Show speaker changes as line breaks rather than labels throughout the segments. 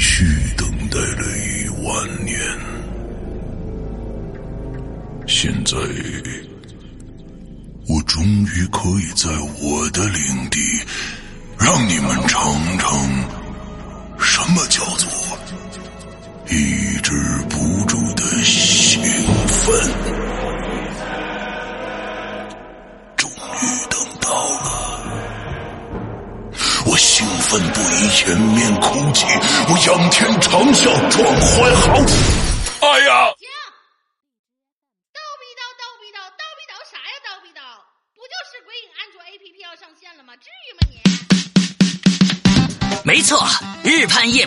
续等待了一万年，现在我终于可以在我的领地让你们尝尝什么叫做抑制不住的兴奋。终于等到了。我兴奋不已，掩面哭泣，我仰天长啸，壮怀豪情。哎呀！
停！叨啊逼叨叨逼叨叨逼叨啥呀？叨逼叨，不就是鬼影安卓 APP 要上线了吗？至于吗你？
没错，日盼夜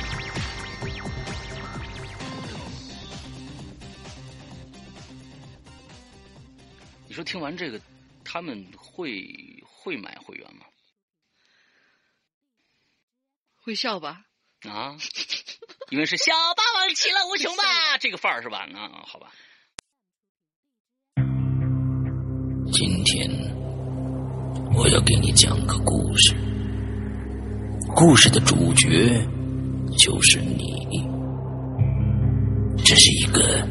你说听完这个，他们会会买会员吗？
会笑吧？
啊，因为是小霸王其乐无穷吧， 这个范儿是吧？那好吧。
今天我要给你讲个故事，故事的主角就是你。这是一个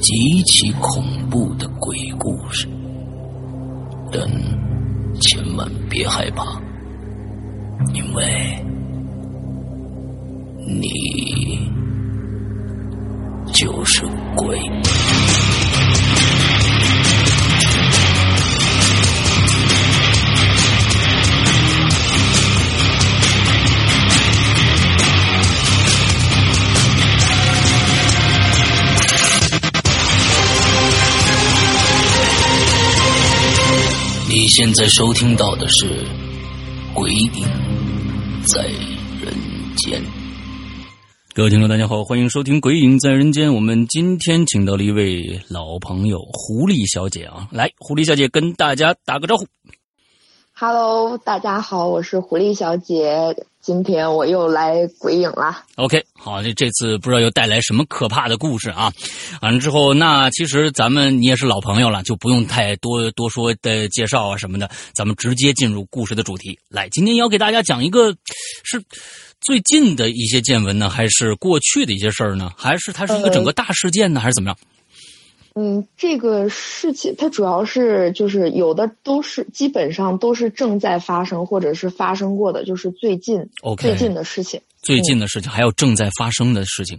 极其恐怖的鬼故事，但千万别害怕，因为你就是鬼。你现在收听到的是《鬼影在人间》。各位听众，大家好，欢迎收听《鬼影在人间》。我们今天请到了一位老朋友狐狸小姐啊，来，狐狸小姐跟大家打个招呼。
Hello，大家好，我是狐狸小姐，今天我又来鬼影啦。
OK，好，这这次不知道又带来什么可怕的故事啊？完了之后，那其实咱们你也是老朋友了，就不用太多多说的介绍啊什么的，咱们直接进入故事的主题。来，今天要给大家讲一个，是最近的一些见闻呢，还是过去的一些事儿呢？还是它是一
呃
个整个大事件呢，还是怎么样？
嗯，这个事情它主要是就是有的都是基本上都是正在发生或者是发生过的，就是最近
OK
最近的事情。
最近的事情，还有正在发生的事情。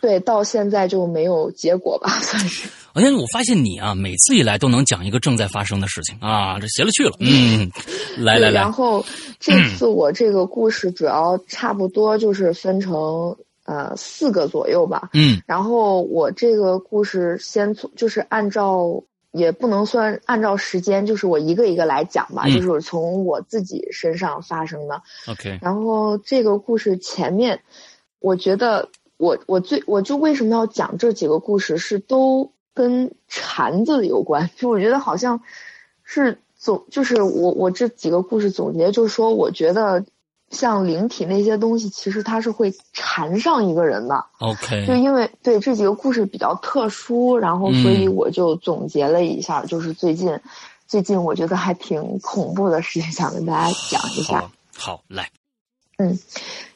对，到现在就没有结果吧，算是。
而且我发现你啊，每次以来都能讲一个正在发生的事情啊，这邪了去了。嗯，来
对
来来
然，后这次我这个故事主要差不多就是分成呃四个左右吧。
嗯
然后我这个故事先从就是按照也不能算按照时间，就是我一个一个来讲吧，
嗯
就是从我自己身上发生的。
，OK，
然后这个故事前面，我觉得我我最我就为什么要讲这几个故事是都跟禅子有关， 就我觉得好像是总就是我我这几个故事总结，就是说我觉得像灵体那些东西，其实它是会缠上一个人的。
OK，
就因为对这几个故事比较特殊，然后所
嗯
以我就总结了一下，就是最近最近我觉得还挺恐怖的事情，想跟大家讲一下。
好，啊好，来，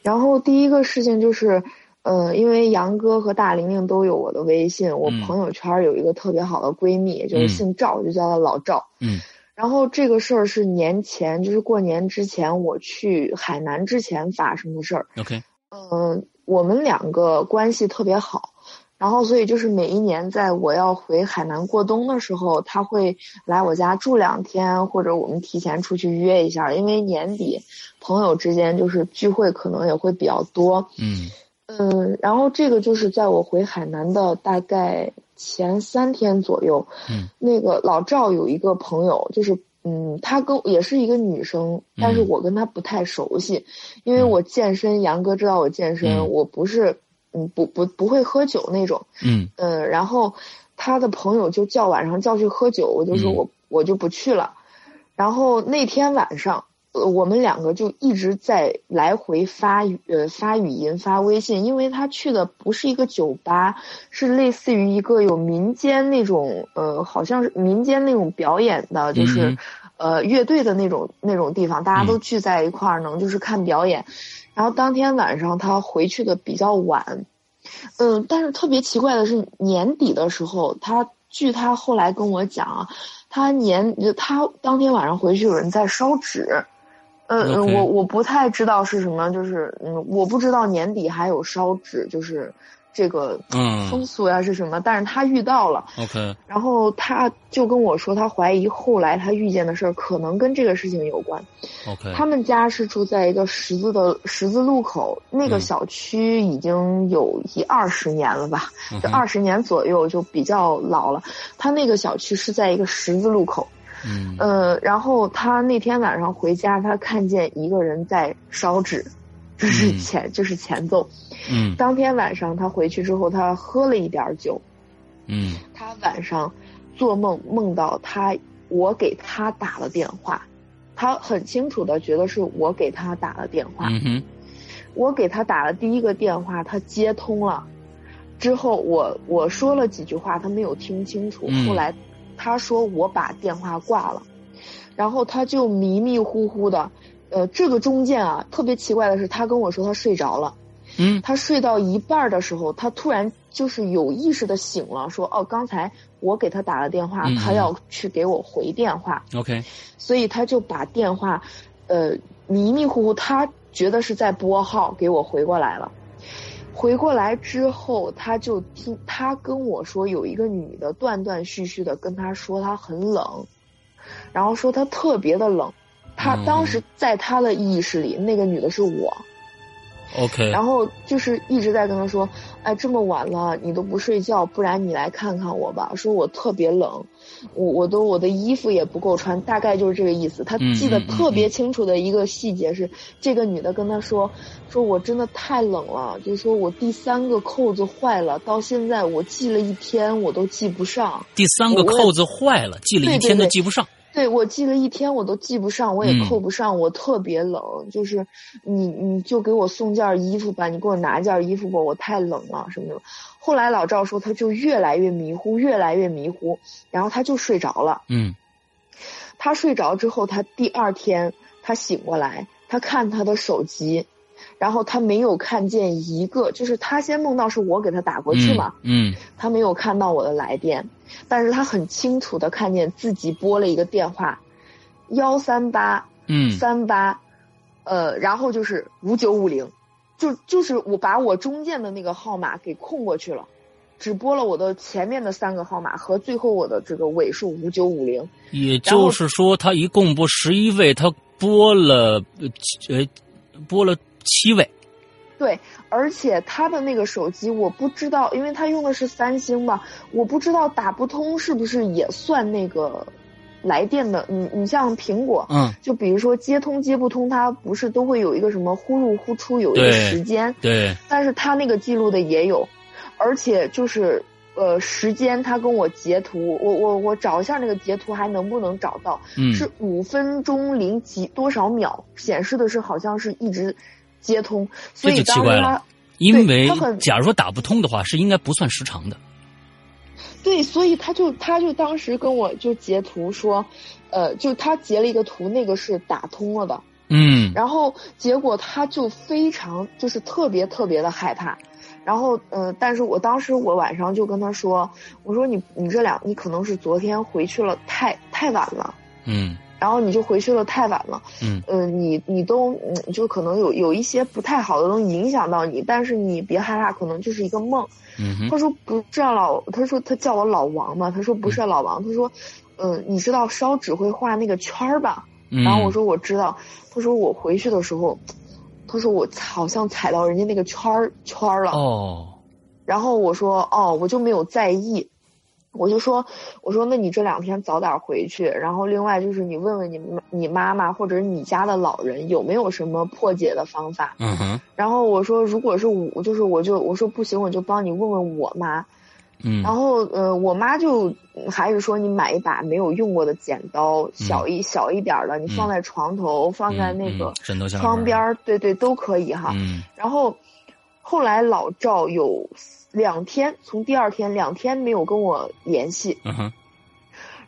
然后第一个事情就是，呃，因为杨哥和大玲玲都有我的微信，我
嗯
朋友圈有一个特别好的闺蜜，就是姓赵，就叫她老赵。
嗯。
然后这个事儿是年前，就是过年之前我去海南之前发生的事儿。
OK，
嗯，我们两个关系特别好，然后所以就是每一年在我要回海南过冬的时候，他会来我家住两天，或者我们提前出去约一下，因为年底朋友之间就是聚会可能也会比较多。
嗯
嗯，然后这个就是在我回海南的大概前三天左右，
嗯，
那个老赵有一个朋友，就是嗯，她跟也是一个女生，但是
嗯
我跟她不太熟悉，因为
嗯
我健身，杨哥知道我健身，
嗯
我不是嗯不不不会喝酒那种，
嗯
嗯，然后他的朋友就叫晚上叫去喝酒，我就说
嗯
我、我就不去了。然后那天晚上，呃，我们两个就一直在来回发语呃发语音发微信，因为他去的不是一个酒吧，是类似于一个有民间那种呃，好像是民间那种表演的，就是。
嗯
呃，乐队的那种那种地方，大家都
嗯
聚在一块儿，能就是看表演。然后当天晚上他回去的比较晚，嗯，但是特别奇怪的是，年底的时候，他据他后来跟我讲啊，他年他当天晚上回去有人在烧纸，呃呃
OK
我我不太知道是什么，就是嗯，我不知道年底还有烧纸，就是这个
嗯
风俗呀、是什么，但是他遇到了，
，OK，
然后他就跟我说，他怀疑后来他遇见的事儿可能跟这个事情有关。
OK，
他们家是住在一个十字的十字路口，那个
嗯
小区已经有一二十年了吧，
嗯
就
哼
二十年左右就比较老了。他那个小区是在一个十字路口，
嗯
呃，然后他那天晚上回家，他看见一个人在烧纸，这是
嗯
前、这是前奏。
嗯
当天晚上他回去之后，他喝了一点儿酒，
嗯
他晚上做梦梦到他，我给他打了电话，他很清楚的觉得是我给他打了电话。
嗯哼，
我给他打了第一个电话，他接通了，之后我我说了几句话，他没有听清楚。
嗯
后来他说我把电话挂了，然后他就迷迷糊糊的。呃，这个中间啊，特别奇怪的是，他跟我说他睡着了。
嗯
他睡到一半儿的时候，他突然就是有意识的醒了，说：“哦，刚才我给他打了电话，
嗯
他要去给我回电话，
，OK，
所以他就把电话，呃，迷迷糊糊，他觉得是在拨号给我回过来了。回过来之后，他就听他跟我说，有一个女的断断续续的跟他说她很冷，然后说她特别的冷。他
嗯
当时在他的意识里，那个女的是我。
OK，
然后就是一直在跟他说，哎，这么晚了，你都不睡觉，不然你来看看我吧。说我特别冷，我我都我的衣服也不够穿，大概就是这个意思。他
嗯
记得
嗯嗯
特别清楚的一个细节是，这个女的跟他说，说我真的太冷了，就说我第三个扣子坏了，到现在我系了一天我都系不上。
第三个扣子坏了，系了一天都系不上。
对，我系了一天，我都系不上，我也
嗯
扣不上，我特别冷。就是你，你就给我送件衣服吧，你给我拿件衣服吧，我太冷了什么的。后来老赵说，他就越来越迷糊，越来越迷糊，然后他就睡着了。
嗯
他睡着之后，他第二天他醒过来，他看他的手机，然后他没有看见一个，就是他先梦到是我给他打过去嘛，
嗯
他没有看到我的来电，但是他很清楚的看见自己拨了一个电话，幺三八
嗯
三八，呃，然后就是五九五零，就就是我把我中间的那个号码给空过去了，只拨了我的前面的三个号码和最后我的这个尾数五九五零，
也就是说，他一共播十一位，他播了呃七呃播了七位。
对，而且他的那个手机我不知道，因为他用的是三星嘛，我不知道打不通是不是也算那个来电的。你你像苹果，
嗯，
就比如说接通接不通，它不是都会有一个什么忽入忽出，有一个
对
时间，
对，
但是它那个记录的也有，而且就是呃时间，他跟我截图，我我我找一下那个截图还能不能找到，
嗯
是五分钟零几多少秒，显示的是好像是一直接通，所以
这就奇
当
怪
时
了
他。
因为
对他很
假如说打不通的话，是应该不算时长的。
对，所以他就他就当时跟我就截图说，呃，就他截了一个图，那个是打通了的，
嗯
然后结果他就非常就是特别特别的害怕，然后呃，但是我当时我晚上就跟他说，我说你你这两你可能是昨天回去了太太晚了，
嗯
然后你就回去了太晚了，
嗯
呃，你你都嗯就可能有有一些不太好的东西影响到你，但是你别害怕，可能就是一个梦。
嗯哼
他说不是啊老，他说他叫我老王嘛，他说不是啊老王，他说，嗯、你知道烧纸会画那个圈儿吧？
嗯，
然后我说我知道，他说我回去的时候，他说我好像踩到人家那个圈儿圈儿了，
哦，
然后我说哦，我就没有在意，我就说我说那你这两天早点回去，然后另外就是你问问你妈你妈妈或者是你家的老人有没有什么破解的方法，
嗯哼，
然后我说如果是我就是我就我说不行我就帮你问问我妈，
嗯，
然后呃，我妈就嗯还是说你买一把没有用过的剪刀，小一小一点儿的，你放在床头，放在那个
嗯嗯嗯枕头下
窗啊边
儿，
儿，对对都可以哈。
嗯
然后后来老赵有两天，从第二天两天没有跟我联系，
嗯哼，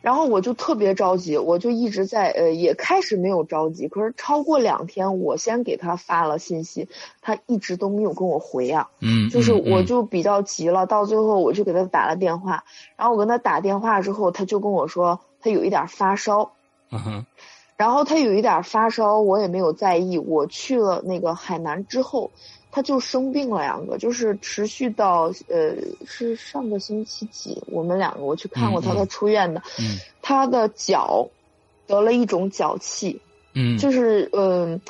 然后我就特别着急，我就一直在呃，也开始没有着急，可是超过两天，我先给他发了信息，他一直都没有跟我回啊呀、
嗯，
就是
嗯
我
嗯
就比较急了，到最后我就给他打了电话，然后我跟他打电话之后，他就跟我说他有一点发烧，
嗯哼，
然后他有一点发烧，我也没有在意。我去了那个海南之后，他就生病了两个，就是持续到呃是上个星期几，我们两个我去看过
嗯
他，
嗯
他出院的，
嗯
他的脚得了一种脚气，
嗯，
就是嗯、呃，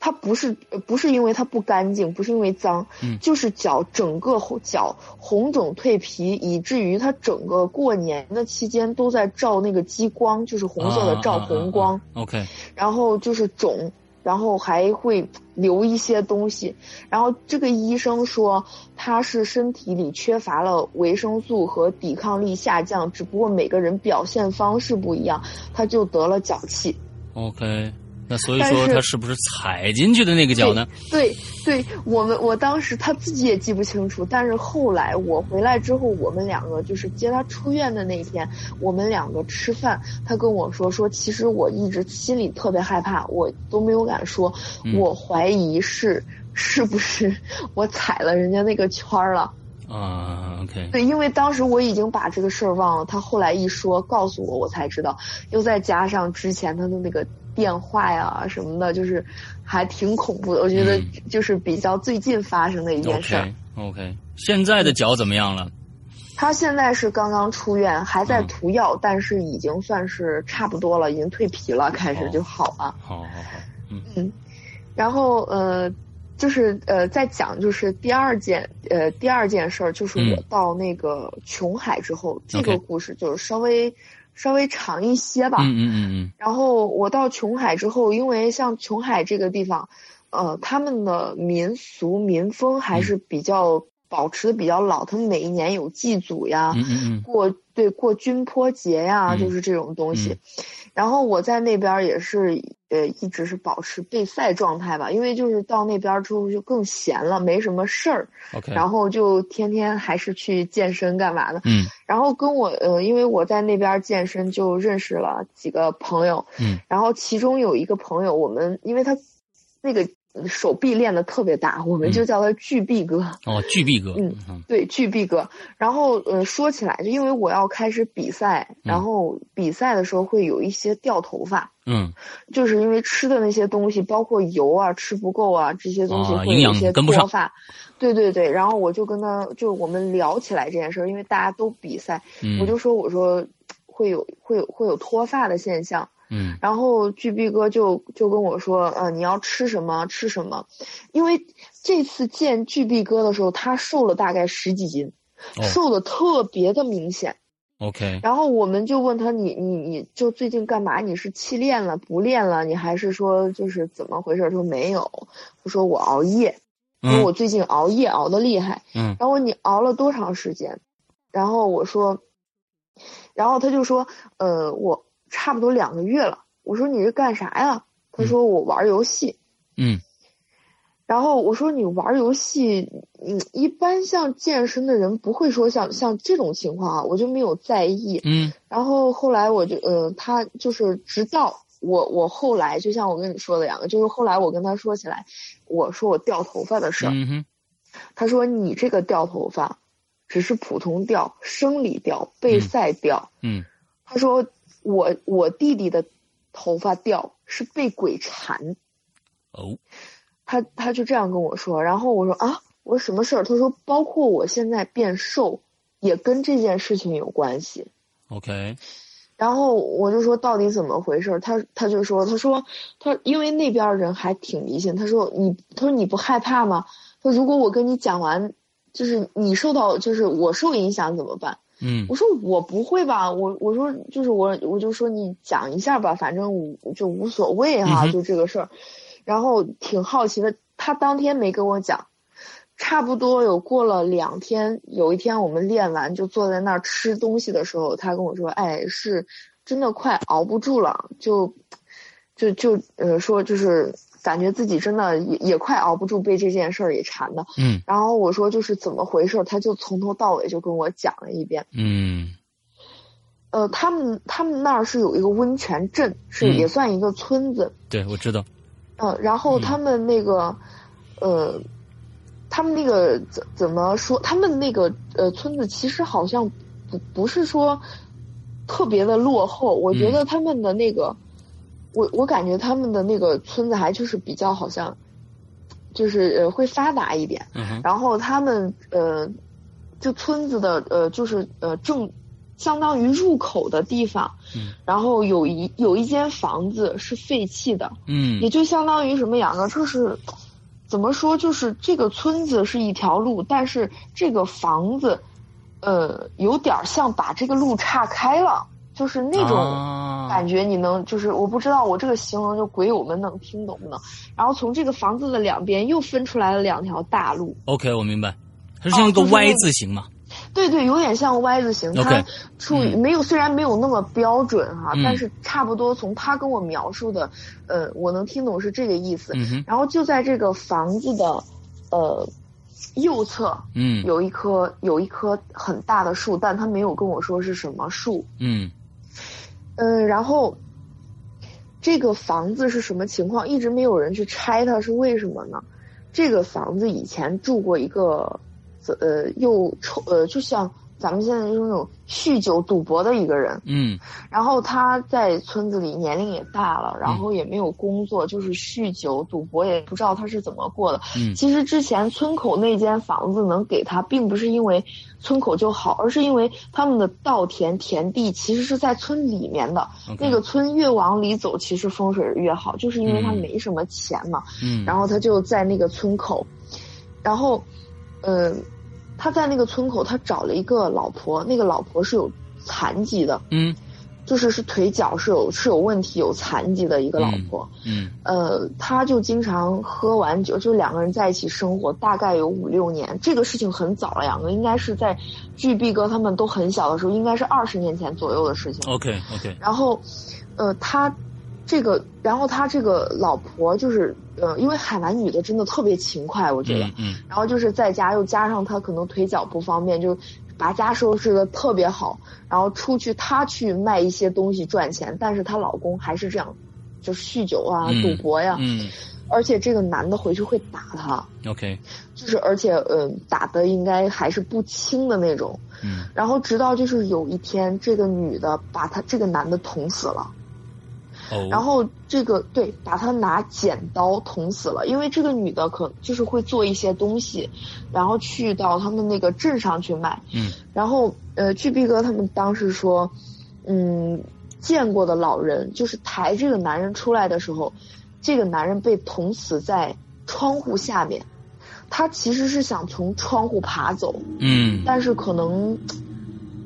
它不是呃不是因为它不干净，不是因为脏，
嗯
就是脚整个红脚红肿蜕皮，以至于它整个过年的期间都在照那个激光，就是红色的照红光，
啊啊啊啊，OK，
然后就是肿，然后还会流一些东西。然后这个医生说他是身体里缺乏了维生素和抵抗力下降，只不过每个人表现方式不一样，他就得了脚气。
OK，那所以
但
说
是
他是不是踩进去的那个脚呢？
对对，我们我当时他自己也记不清楚，但是后来我回来之后，我们两个就是接他出院的那天，我们两个吃饭，他跟我说说，其实我一直心里特别害怕，我都没有敢说，
嗯
我怀疑是是不是 我踩了人家那个圈儿了。
啊，OK，
对，因为当时我已经把这个事儿忘了，他后来一说告诉我，我才知道，又再加上之前他的那个电话呀什么的，就是还挺恐怖的。我觉得
嗯
就是比较最近发生的一件事儿。
OK OK，现在的脚怎么样了？
他现在是刚刚出院，还在
嗯
涂药，但是已经算是差不多了，已经蜕皮了，开
哦
始就好了。
好好好，
然后呃，就是呃，再讲就是第二件呃第二件事儿，就是
嗯
我到那个琼海之后，这
OK
个故事就是稍微稍微长一些吧。
嗯嗯嗯
然后我到琼海之后，因为像琼海这个地方，呃，他们的民俗民风
嗯
还是比较保持的比较老，他们每一年有祭祖呀，
嗯嗯嗯
过对过军坡节呀，
嗯
就是这种东西。然后我在那边儿也是呃，一直是保持备赛状态吧，因为就是到那边儿之后就更闲了，没什么事儿，
嗯，OK，
然后就天天还是去健身干嘛的。
嗯
然后跟我呃，因为我在那边儿健身就认识了几个朋友，
嗯，
然后其中有一个朋友，我们因为他那个手臂练得特别大，我
嗯
们就叫他巨臂哥。
哦，巨臂哥，
嗯
嗯
对，巨臂哥。然后，呃，说起来，就因为我要开始比赛，然后比赛的时候会有一些掉头发，
嗯，
就是因为吃的那些东西，包括油啊、吃不够啊这些东西，
啊
会
营
有
养
一些
跟不上
脱发。对对对，然后我就跟他，就我们聊起来这件事儿，因为大家都比赛，
嗯
我就说我说会有会有会有脱发的现象。
嗯
然后巨逼哥就就跟我说，呃，你要吃什么吃什么，因为这次见巨逼哥的时候，他瘦了大概十几斤，
哦
瘦的特别的明显。
OK，
然后我们就问他，你你你就最近干嘛？你是弃练了不练了？你还是说就是怎么回事？他说没有，他说我熬夜，因为
嗯
我最近熬夜熬得厉害。
嗯
然后你熬了多长时间？然后我说，然后他就说，呃，我差不多两个月了。我说你是干啥呀？他说我玩游戏。
嗯
然后我说你玩游戏，嗯，一般像健身的人不会说像像这种情况啊，我就没有在意。
嗯
然后后来我就，呃，他就是直到我我后来，就像我跟你说的两个，就是后来我跟他说起来，我说我掉头发的事儿，
嗯哼
他说你这个掉头发，只是普通掉、生理掉、备赛掉。
嗯
他说我我弟弟的头发掉，是被鬼缠。
哦，
他他就这样跟我说，然后我说啊，我说什么事儿？他说包括我现在变瘦，也跟这件事情有关系。
OK，
然后我就说到底怎么回事儿？他他就说，他说他因为那边儿人还挺迷信，他说你他说你不害怕吗？他说如果我跟你讲完，就是你受到就是我受影响怎么办？
嗯
我说我不会吧，我我说就是我我就说你讲一下吧，反正我就无所谓哈、
嗯哼
就这个事儿。然后挺好奇的，他当天没跟我讲，差不多有过了两天，有一天我们练完就坐在那儿吃东西的时候，他跟我说：“哎，是真的快熬不住了，就就就呃说就是感觉自己真的也也快熬不住，被这件事儿也缠的。”
嗯
然后我说就是怎么回事儿，他就从头到尾就跟我讲了一遍。
嗯
呃，他们他们那儿是有一个温泉镇，是
嗯
也算一个村子。
对，我知道。
嗯、然后他们那个，呃，他们那个怎怎么说？他们那个呃村子其实好像不不是说特别的落后，我觉得他们的那个，我我感觉他们的那个村子还就是比较好像，就是呃会发达一点。
嗯哼，
然后他们呃，就村子的呃，就是呃正相当于入口的地方，
嗯
然后有一有一间房子是废弃的，也
嗯
就相当于什么呀呢？就是怎么说，就是这个村子是一条路，但是这个房子，呃，有点儿像把这个路岔开了，就是那种。
啊
感觉你能就是我不知道我这个形容就鬼友们能听懂不能？然后从这个房子的两边又分出来了两条大路，
OK，我明白，它是像一个
哦就是那
Y 字形嘛。
对对，有点像 Y 字形，它
OK，
处于没有虽然没有那么标准哈、
嗯
但是差不多从他跟我描述的，呃，我能听懂是这个意思。
嗯哼，
然后就在这个房子的，呃，右侧
嗯
有一棵有一棵很大的树，但他没有跟我说是什么树。
嗯
嗯，然后这个房子是什么情况？一直没有人去拆它，是为什么呢？这个房子以前住过一个，呃，又抽呃，就像咱们现在就是那种酗酒赌博的一个人。
嗯
然后他在村子里年龄也大了，然后也没有工作，就是酗酒赌博，也不知道他是怎么过的。
嗯
其实之前村口那间房子能给他，并不是因为村口就好，而是因为他们的稻田田地其实是在村里面的。
，OK，
那个村越往里走，其实风水越好，就是因为他
嗯
没什么钱嘛。
嗯，
然
后
后他就在那个村口，然后，嗯、他在那个村口，他找了一个老婆，那个老婆是有残疾的，
嗯
就是是腿脚是有是有问题、有残疾的一个老婆。
嗯
呃，他就经常喝完酒，就两个人在一起生活，大概有五六年。这个事情很早了，两个应该是在距毕哥他们都很小的时候，应该是二十年前左右的事情。
，OK OK，
然后，呃，他这个，然后他这个老婆就是，呃，因为海南女的真的特别勤快，我觉得。
嗯嗯
然后就是在家又加上她可能腿脚不方便，就把家收拾的特别好，然后出去她去卖一些东西赚钱，但是她老公还是这样，就是酗酒啊、
嗯
赌博呀、
嗯
而且这个男的回去会打她，
，OK，
就是而且嗯、打的应该还是不轻的那种。
嗯
然后直到就是有一天，这个女的把她这个男的捅死了。
哦，
然后这个对，把他拿剪刀捅死了，因为这个女的可就是会做一些东西，然后去到他们那个镇上去卖。
嗯
然后呃，据毕哥他们当时说，嗯，见过的老人就是抬这个男人出来的时候，这个男人被捅死在窗户下面，他其实是想从窗户爬走，
嗯
但是可能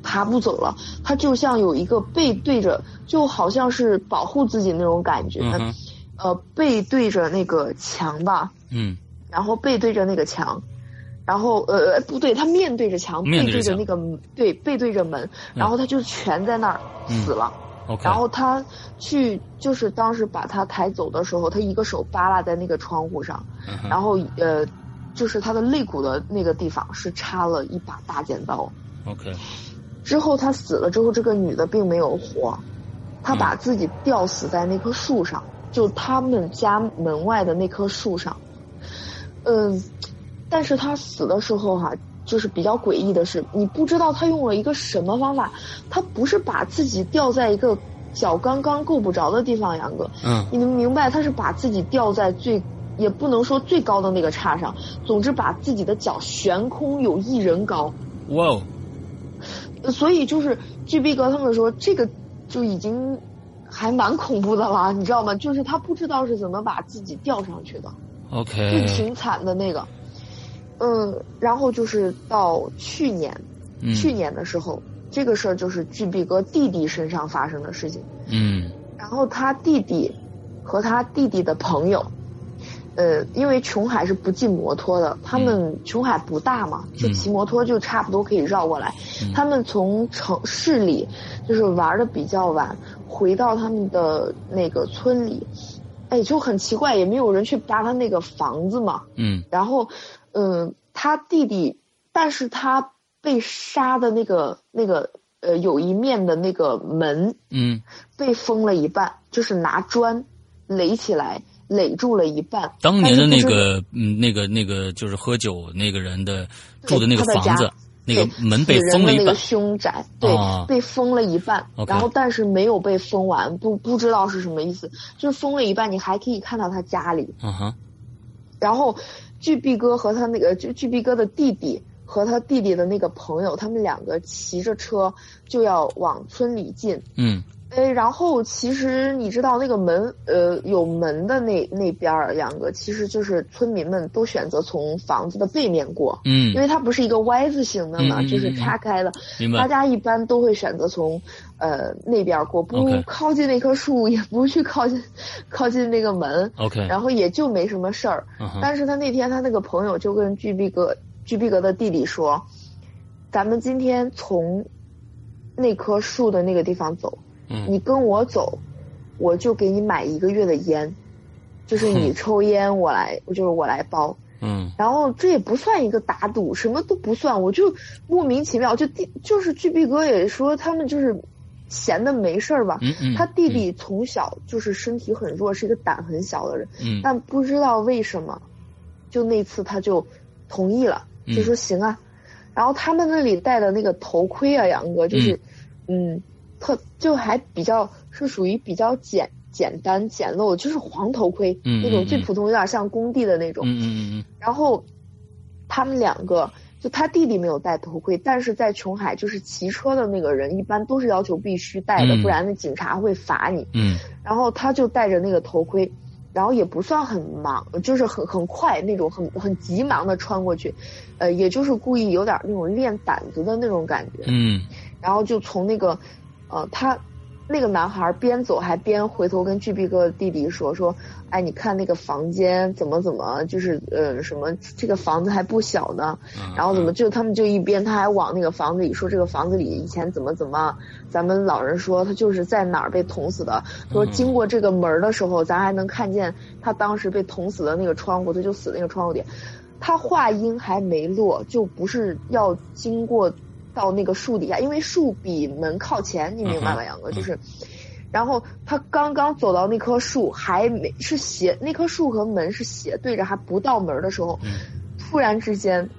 爬不走了，他就像有一个背对着，就好像是保护自己那种感觉，
嗯哼
呃，背对着那个墙吧，
嗯
然后背对着那个墙，然后呃不对，他面对着墙，
面
背
对着
对着
墙
那个门对背对着门，然后他就蜷在那儿
嗯
死了。
，OK，
然后他去就是当时把他抬走的时候，他一个手扒拉在那个窗户上，
嗯哼
然后呃，就是他的肋骨的那个地方是插了一把大剪刀。
OK，
之后他死了之后，这个女的并没有活，她把自己吊死在那棵树上，就他们家门外的那棵树上。嗯，但是她死的时候哈、就是比较诡异的是，你不知道她用了一个什么方法，她不是把自己吊在一个脚刚刚够不着的地方，杨哥，
嗯
你能明白他是把自己吊在最，也不能说最高的那个叉上，总之把自己的脚悬空有一人高，
哇哦，
呃所以就是据毕哥他们说，这个就已经还蛮恐怖的了，你知道吗？就是他不知道是怎么把自己吊上去的。
嗯
就
OK，
挺惨的那个。嗯，然后就是到去年，
嗯
去年的时候，这个事儿就是巨臂哥弟弟身上发生的事情。
嗯
然后他弟弟和他弟弟的朋友，呃，因为琼海是不进摩托的，他们琼海不大嘛，就骑摩托就差不多可以绕过来。
嗯
他们从城市里就是玩的比较晚，回到他们的那个村里，哎，就很奇怪，也没有人去扒他那个房子嘛。
嗯
然后，嗯，他弟弟，但是他被杀的那个那个呃，有一面的那个门
嗯
被封了一半，就是拿砖垒起来垒住了一半。
当年的
但
那
是不是
个嗯那个那个就是喝酒那个人的住的那个
他的
房子
家，
那个
对
门被
死人
封了
的
一
那
半
个。凶宅，对，
哦
被封了一半
OK
然后但是没有被封完，不不知道是什么意思，就是封了一半，你还可以看到他家里。
嗯哼，
然后巨臂哥和他那个巨巨臂哥的弟弟和他弟弟的那个朋友，他们两个骑着车就要往村里进。
嗯
哎，然后其实你知道那个门，呃，有门的那那边儿，两个其实就是村民们都选择从房子的背面过，
嗯
因，为它不是一个 Y 字形的嘛，
嗯嗯嗯
就是
嗯
岔开的。
明白
大。家一般都会选择从，呃，那边儿过，不
OK
靠近那棵树，也不去靠近靠近那个门，
OK，
然后也就没什么事儿。
嗯哼，
但是他那天他那个朋友就跟巨逼哥巨逼哥的弟弟说，咱们今天从那棵树的那个地方走，
嗯
你跟我走，我就给你买一个月的烟，就是你
哼
抽烟我来，就是我来包。
嗯
然后这也不算一个打赌，什么都不算，我就莫名其妙就弟就是巨逼哥也说他们就是闲的没事儿吧。
嗯嗯，
他弟弟从小就是身体很弱，是一个胆很小的人，
嗯
但不知道为什么，就那次他就同意了，
嗯
就说行啊。然后他们那里戴的那个头盔啊，杨哥就是，嗯，特就还比较是属于比较简简单简陋的，就是黄头盔、
嗯
那
嗯
种最
嗯
普通，有点像工地的那种。
嗯嗯嗯
然后他们两个，就他弟弟没有戴头盔，但是在琼海，就是骑车的那个人一般都是要求必须戴的，
嗯
不然那警察会罚你。
嗯
然后他就戴着那个头盔，然后也不算很忙，就是很很快那种很很急忙的穿过去，呃，也就是故意有点那种练胆子的那种感觉。
嗯
然后就从那个，呃，他那个男孩边走还边回头跟巨臂哥的弟弟说说，哎，你看那个房间怎么怎么，就是呃什么这个房子还不小呢，
嗯，
然后怎么就他们就一边他还往那个房子里说这个房子里以前怎么怎么，咱们老人说他就是在哪儿被捅死的，说
嗯
经过这个门儿的时候，咱还能看见他当时被捅死的那个窗户，他就死那个窗户里。他话音还没落，就不是要经过到那个树底下，因为树比门靠前，你明白
嗯
吗，
哼
杨哥？就是，然后他刚刚走到那棵树，还没是斜，那棵树和门是斜对着，还不到门儿的时候，
嗯
突然之间，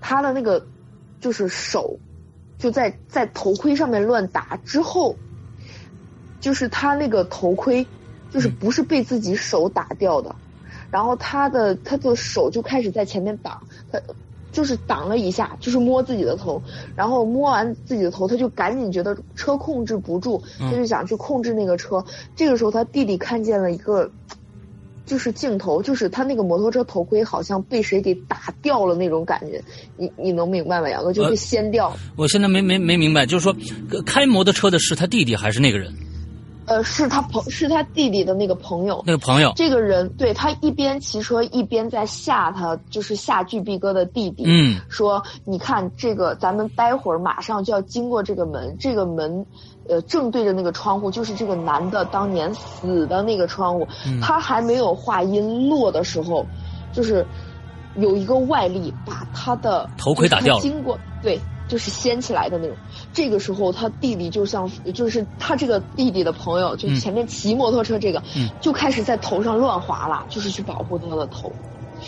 他的那个就是手就在在头盔上面乱打之后，就是他那个头盔就是
嗯
不是被自己手打掉的，然后他的他的手就开始在前面挡他。就是挡了一下，就是摸自己的头，然后摸完自己的头，他就赶紧觉得车控制不住，
嗯
他就想去控制那个车。这个时候，他弟弟看见了一个，就是镜头，就是他那个摩托车头盔好像被谁给打掉了那种感觉，你你能明白吗？杨哥就
呃
被掀掉，
我现在没没没明白，就是说呃开摩托车的是他弟弟还是那个人？
呃，是他朋是他弟弟的那个朋友。
那个朋友？
这个人对他一边骑车一边在吓他，就是吓巨臂哥的弟弟。
嗯
说你看这个，咱们待会儿马上就要经过这个门，这个门，呃，正对着那个窗户，就是这个男的当年死的那个窗户。
嗯
他还没有话音落的时候，就是有一个外力把他的
头盔打掉了
就是他经过对，就是掀起来的那种。这个时候，他弟弟就像，就是他这个弟弟的朋友，就
嗯
是前面骑摩托车这个，
嗯
就开始在头上乱划拉，就是去保护他的头。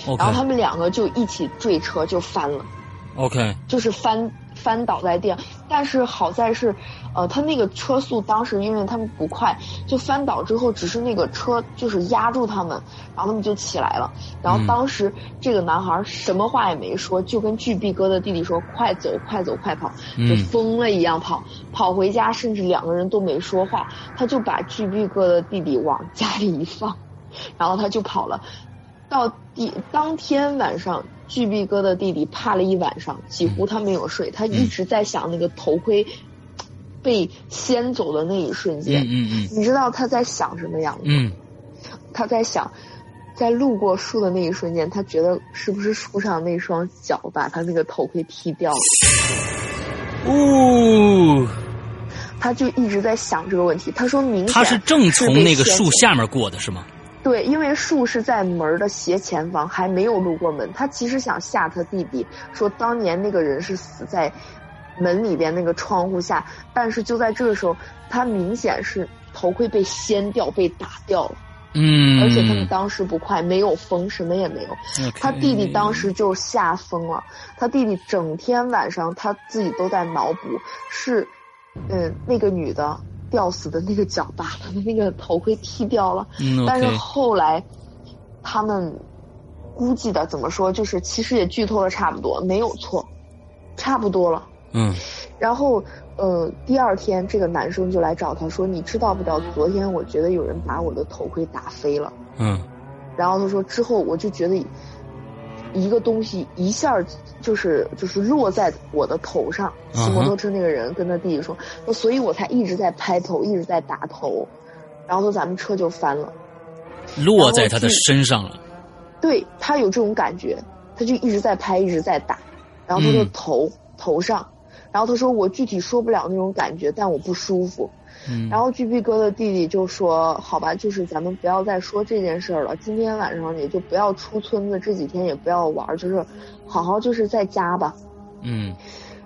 ，OK
然后他们两个就一起坠车就翻了。
OK，
就是翻翻倒在地上。但是好在是，呃，他那个车速当时因为他们不快，就翻倒之后只是那个车就是压住他们，然后他们就起来了。然后当时这个男孩什么话也没说，就跟巨臂哥的弟弟说：“快走，快走，快跑！”就
嗯
疯了一样跑，跑回家，甚至两个人都没说话，他就把巨臂哥的弟弟往家里一放，然后他就跑了。到第当天晚上，巨臂哥的弟弟怕了一晚上，几乎他没有睡，他
嗯
一直在想那个头盔被掀走的那一瞬间。
嗯
你知道他在想什么样吗？
嗯
他在想，在路过树的那一瞬间，他觉得是不是树上那双脚把他那个头盔踢掉了？
嗯，哦，
他就一直在想这个问题。他说明显
他是正从那个
被掀
树
走
下面过的是吗？
对，因为树是在门儿的斜前方，还没有路过门。他其实想吓他弟弟，说当年那个人是死在门里边那个窗户下，但是就在这个时候，他明显是头盔被掀掉、被打掉了，
嗯，
而且他们当时不快，没有风，什么也没有。
OK
他弟弟当时就吓疯了，他弟弟整天晚上他自己都在脑补，是，嗯，那个女的吊死的那个脚把他的那个头盔剃掉了，
嗯
但是
，OK，
后来他们估计的怎么说，就是其实也剧透的差不多，没有错，差不多了。
嗯
然后，呃，第二天这个男生就来找他说：“你知道不知道？昨天我觉得有人把我的头盔打飞了。”
嗯
然后他说之后我就觉得一个东西一下儿就是就是落在我的头上。
嗯哼
骑摩托车那个人跟他弟弟说，说所以我才一直在拍头，一直在打头，然后说咱们车就翻了。
落在他的身上了。
对他有这种感觉，他就一直在拍，一直在打，然后他的
嗯
头、头上，然后他说我具体说不了那种感觉，但我不舒服。
嗯，
然后巨臂哥的弟弟就说：“好吧，就是咱们不要再说这件事儿了，今天晚上也就不要出村子，这几天也不要玩儿，就是好好就是在家吧。
嗯”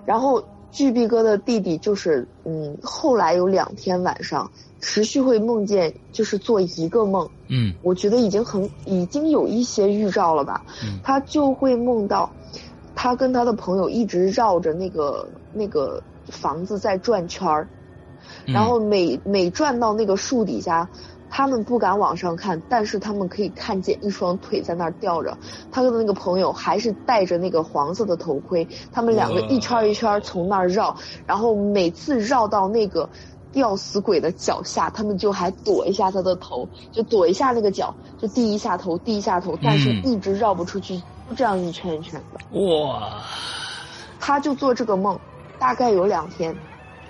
然后巨臂哥的弟弟就是，嗯，后来有两天晚上持续会梦见，就是做一个梦，
嗯
我觉得已经很已经有一些预兆了吧。
嗯
他就会梦到，他跟他的朋友一直绕着那个那个房子在转圈儿。
嗯
然后每每转到那个树底下，他们不敢往上看，但是他们可以看见一双腿在那儿吊着。他的那个朋友还是戴着那个黄色的头盔，他们两个
哇
一圈儿一圈儿从那儿绕，然后每次绕到那个吊死鬼的脚下，他们就还躲一下他的头，就躲一下那个脚，就递一下头，递一下头，但是
嗯
一直绕不出去，就这样一圈一圈的。
哇，
他就做这个梦，大概有两天，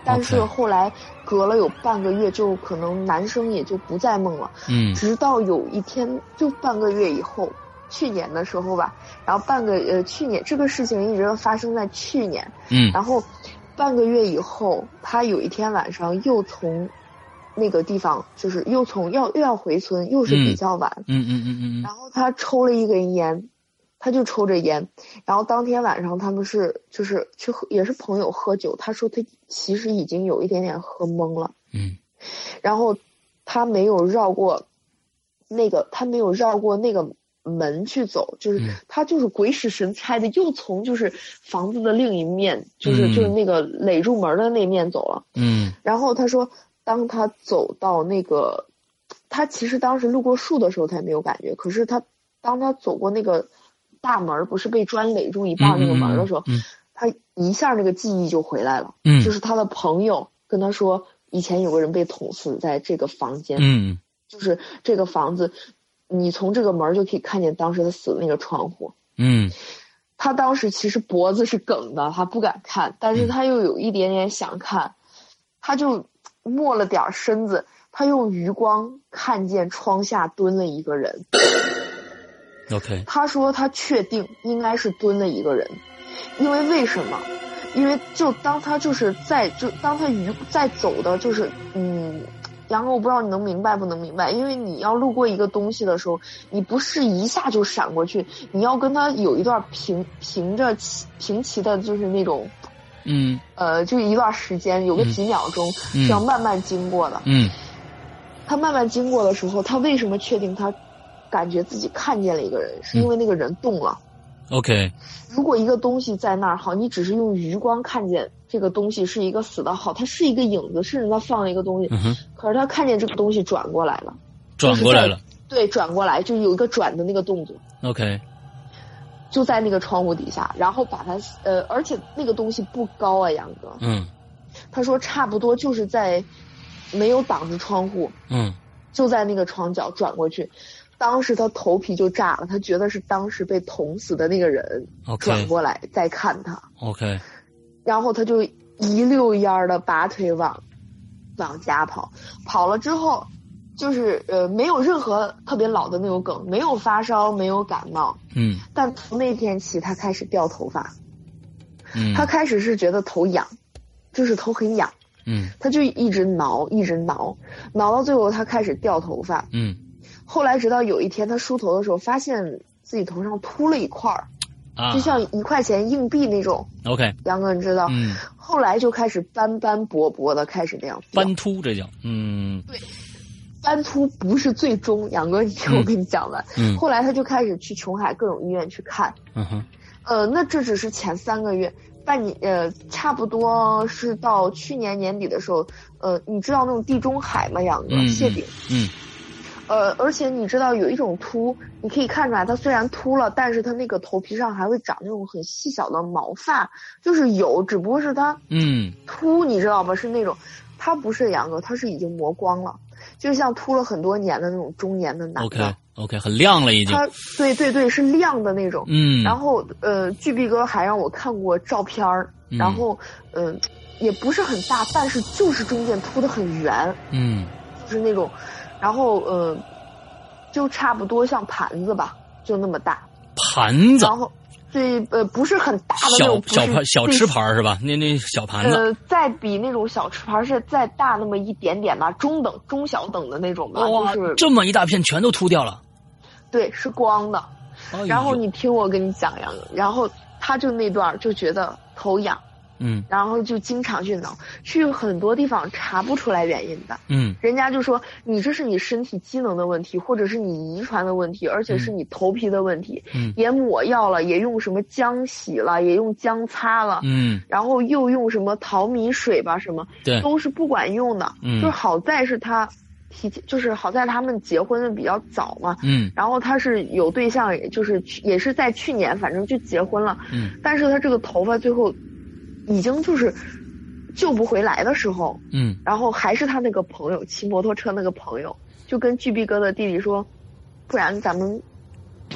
但是
OK
后来隔了有半个月，就可能男生也就不再梦了。
嗯
直到有一天，就半个月以后，去年的时候吧，然后半个呃去年这个事情一直发生在去年，
嗯
然后半个月以后，他有一天晚上又从那个地方，就是又从要又要回村，又是比
嗯
较晚，
嗯嗯嗯嗯
然后他抽了一根烟，他就抽着烟。然后当天晚上他们是就是去喝，也是朋友喝酒。他说他其实已经有一点点喝懵了，
嗯
然后他没有绕过那个，他没有绕过那个门去走，就是、
嗯
他就是鬼使神差的又从就是房子的另一面，就是、
嗯
就是那个垒住门的那面走了。
嗯
然后他说，当他走到那个，他其实当时路过树的时候他也没有感觉，可是他当他走过那个大门儿，不是被砖垒住一半儿那个门儿的时候，
嗯嗯嗯
他一下那个记忆就回来了，
嗯
就是他的朋友跟他说，以前有个人被捅死在这个房间，
嗯
就是这个房子，你从这个门儿就可以看见当时他死的那个窗户。
嗯
他当时其实脖子是梗的，他不敢看，但是他又有一点点想看，他就没了点儿身子，他用余光看见窗下蹲了一个人。
，OK，
他说他确定应该是蹲了一个人，因为为什么？因为就当他就是在就当他余在走的，就是嗯，杨哥，我不知道你能明白不能明白，因为你要路过一个东西的时候，你不是一下就闪过去，你要跟他有一段平平着齐平齐的，就是那种
嗯
呃，就一段时间，有个
嗯
几秒钟、
嗯
是要慢慢经过的。
嗯
他慢慢经过的
嗯
时候，他为什么确定他感觉自己看见了一个人？是因为那个人动了。
OK，
如果一个东西在那儿，好，你只是用余光看见这个东西是一个死的，好，它是一个影子，甚至它放了一个东西，
嗯哼，
可是他看见这个东西转过来了，
转过来了。
对，转过来就有一个转的那个动作，
OK，
就在那个窗户底下，然后把它呃，而且那个东西不高啊，杨哥，
嗯
他说差不多就是在没有挡住窗户，
嗯，
就在那个床角转过去。当时他头皮就炸了，他觉得是当时被捅死的那个人
OK
转过来再看他，
OK，
然后他就一溜烟儿的拔腿往往家跑，跑了之后就是呃没有任何特别老的那种梗，没有发烧，没有感冒，
嗯
但从那天起他开始掉头发，
嗯，
他开始是觉得头痒，就是头很痒，
嗯
他就一直挠，一直挠，挠到最后他开始掉头发，
嗯
后来直到有一天他梳头的时候发现。自己头上秃了一块儿，
啊，
就像一块钱硬币那种。
OK，
杨哥，你知道？
嗯，
后来就开始斑斑驳驳的开始那样掉。
斑秃这叫，嗯
斑秃不是最终，杨哥，你听我跟你讲完。
嗯
后来他就开始去琼海各种医院去看，
嗯哼，
呃，那这只是前三个月，半年呃，差不多是到去年年底的时候，呃，你知道那种地中海吗，杨哥？
嗯
谢顶。
嗯
呃，而且你知道有一种秃，你可以看出来，它虽然秃了，但是它那个头皮上还会长那种很细小的毛发，就是有，只不过是它
嗯
秃，你知道吗？是那种，它不是杨哥，它是已经磨光了，就像秃了很多年的那种中年的男的。
，OK OK，很亮了已经，
它对对对是亮的那种。
嗯，
然后呃，巨碧哥还让我看过照片儿，
嗯
然后嗯、也不是很大，但是就是中间秃的很圆，
嗯
就是那种，然后呃，就差不多像盘子吧，就那么大。
盘子
然，后对呃，不是很大的那
小
种，
小
不
盘
是
小
最
吃盘是吧？那那小盘子，
呃，再比那种小吃盘是再大那么一点点吧，中等、中小等的那种吧，
哇
呃就，是
这么一大片全都秃掉了，
对，是光的。
哎呦
然后你听我跟你讲呀，然后他就那段儿就觉得头痒，
嗯
然后就经常去挠，去很多地方查不出来原因的。
嗯
人家就说你这是你身体机能的问题，或者是你遗传的问题，而且是你头皮的问题，
嗯
也抹药了，也用什么姜洗了，也用姜擦了，
嗯
然后又用什么淘米水吧，什么
对，
都是不管用的。
嗯
就是好在是他提前，就是好在他们结婚的比较早嘛。
嗯
然后他是有对象，也就是去也是在去年，反正就结婚了。
嗯
但是他这个头发最后已经就是救不回来的时候，
嗯
然后还是他那个朋友骑摩托车那个朋友，就跟巨逼哥的弟弟说，不然咱们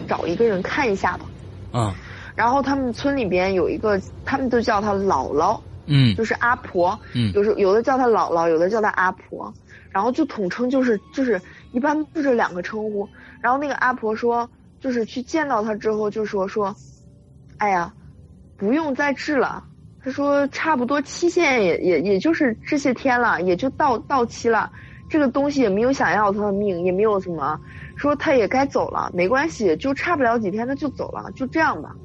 找一个人看一下吧。
啊
然后他们村里边有一个，他们都叫他姥姥，
嗯
就是阿婆，
嗯
有时有的叫她姥姥，有的叫她阿婆，然后就统称就是就是一般就这两个称呼。然后那个阿婆说，就是去见到她之后就说说，哎呀，不用再治了。她说差不多期限也也也就是这些天了，也就到到期了。这个东西也没有想要她的命，也没有什么，说她也该走了，没关系，就差不了几天她就走了，就这样吧。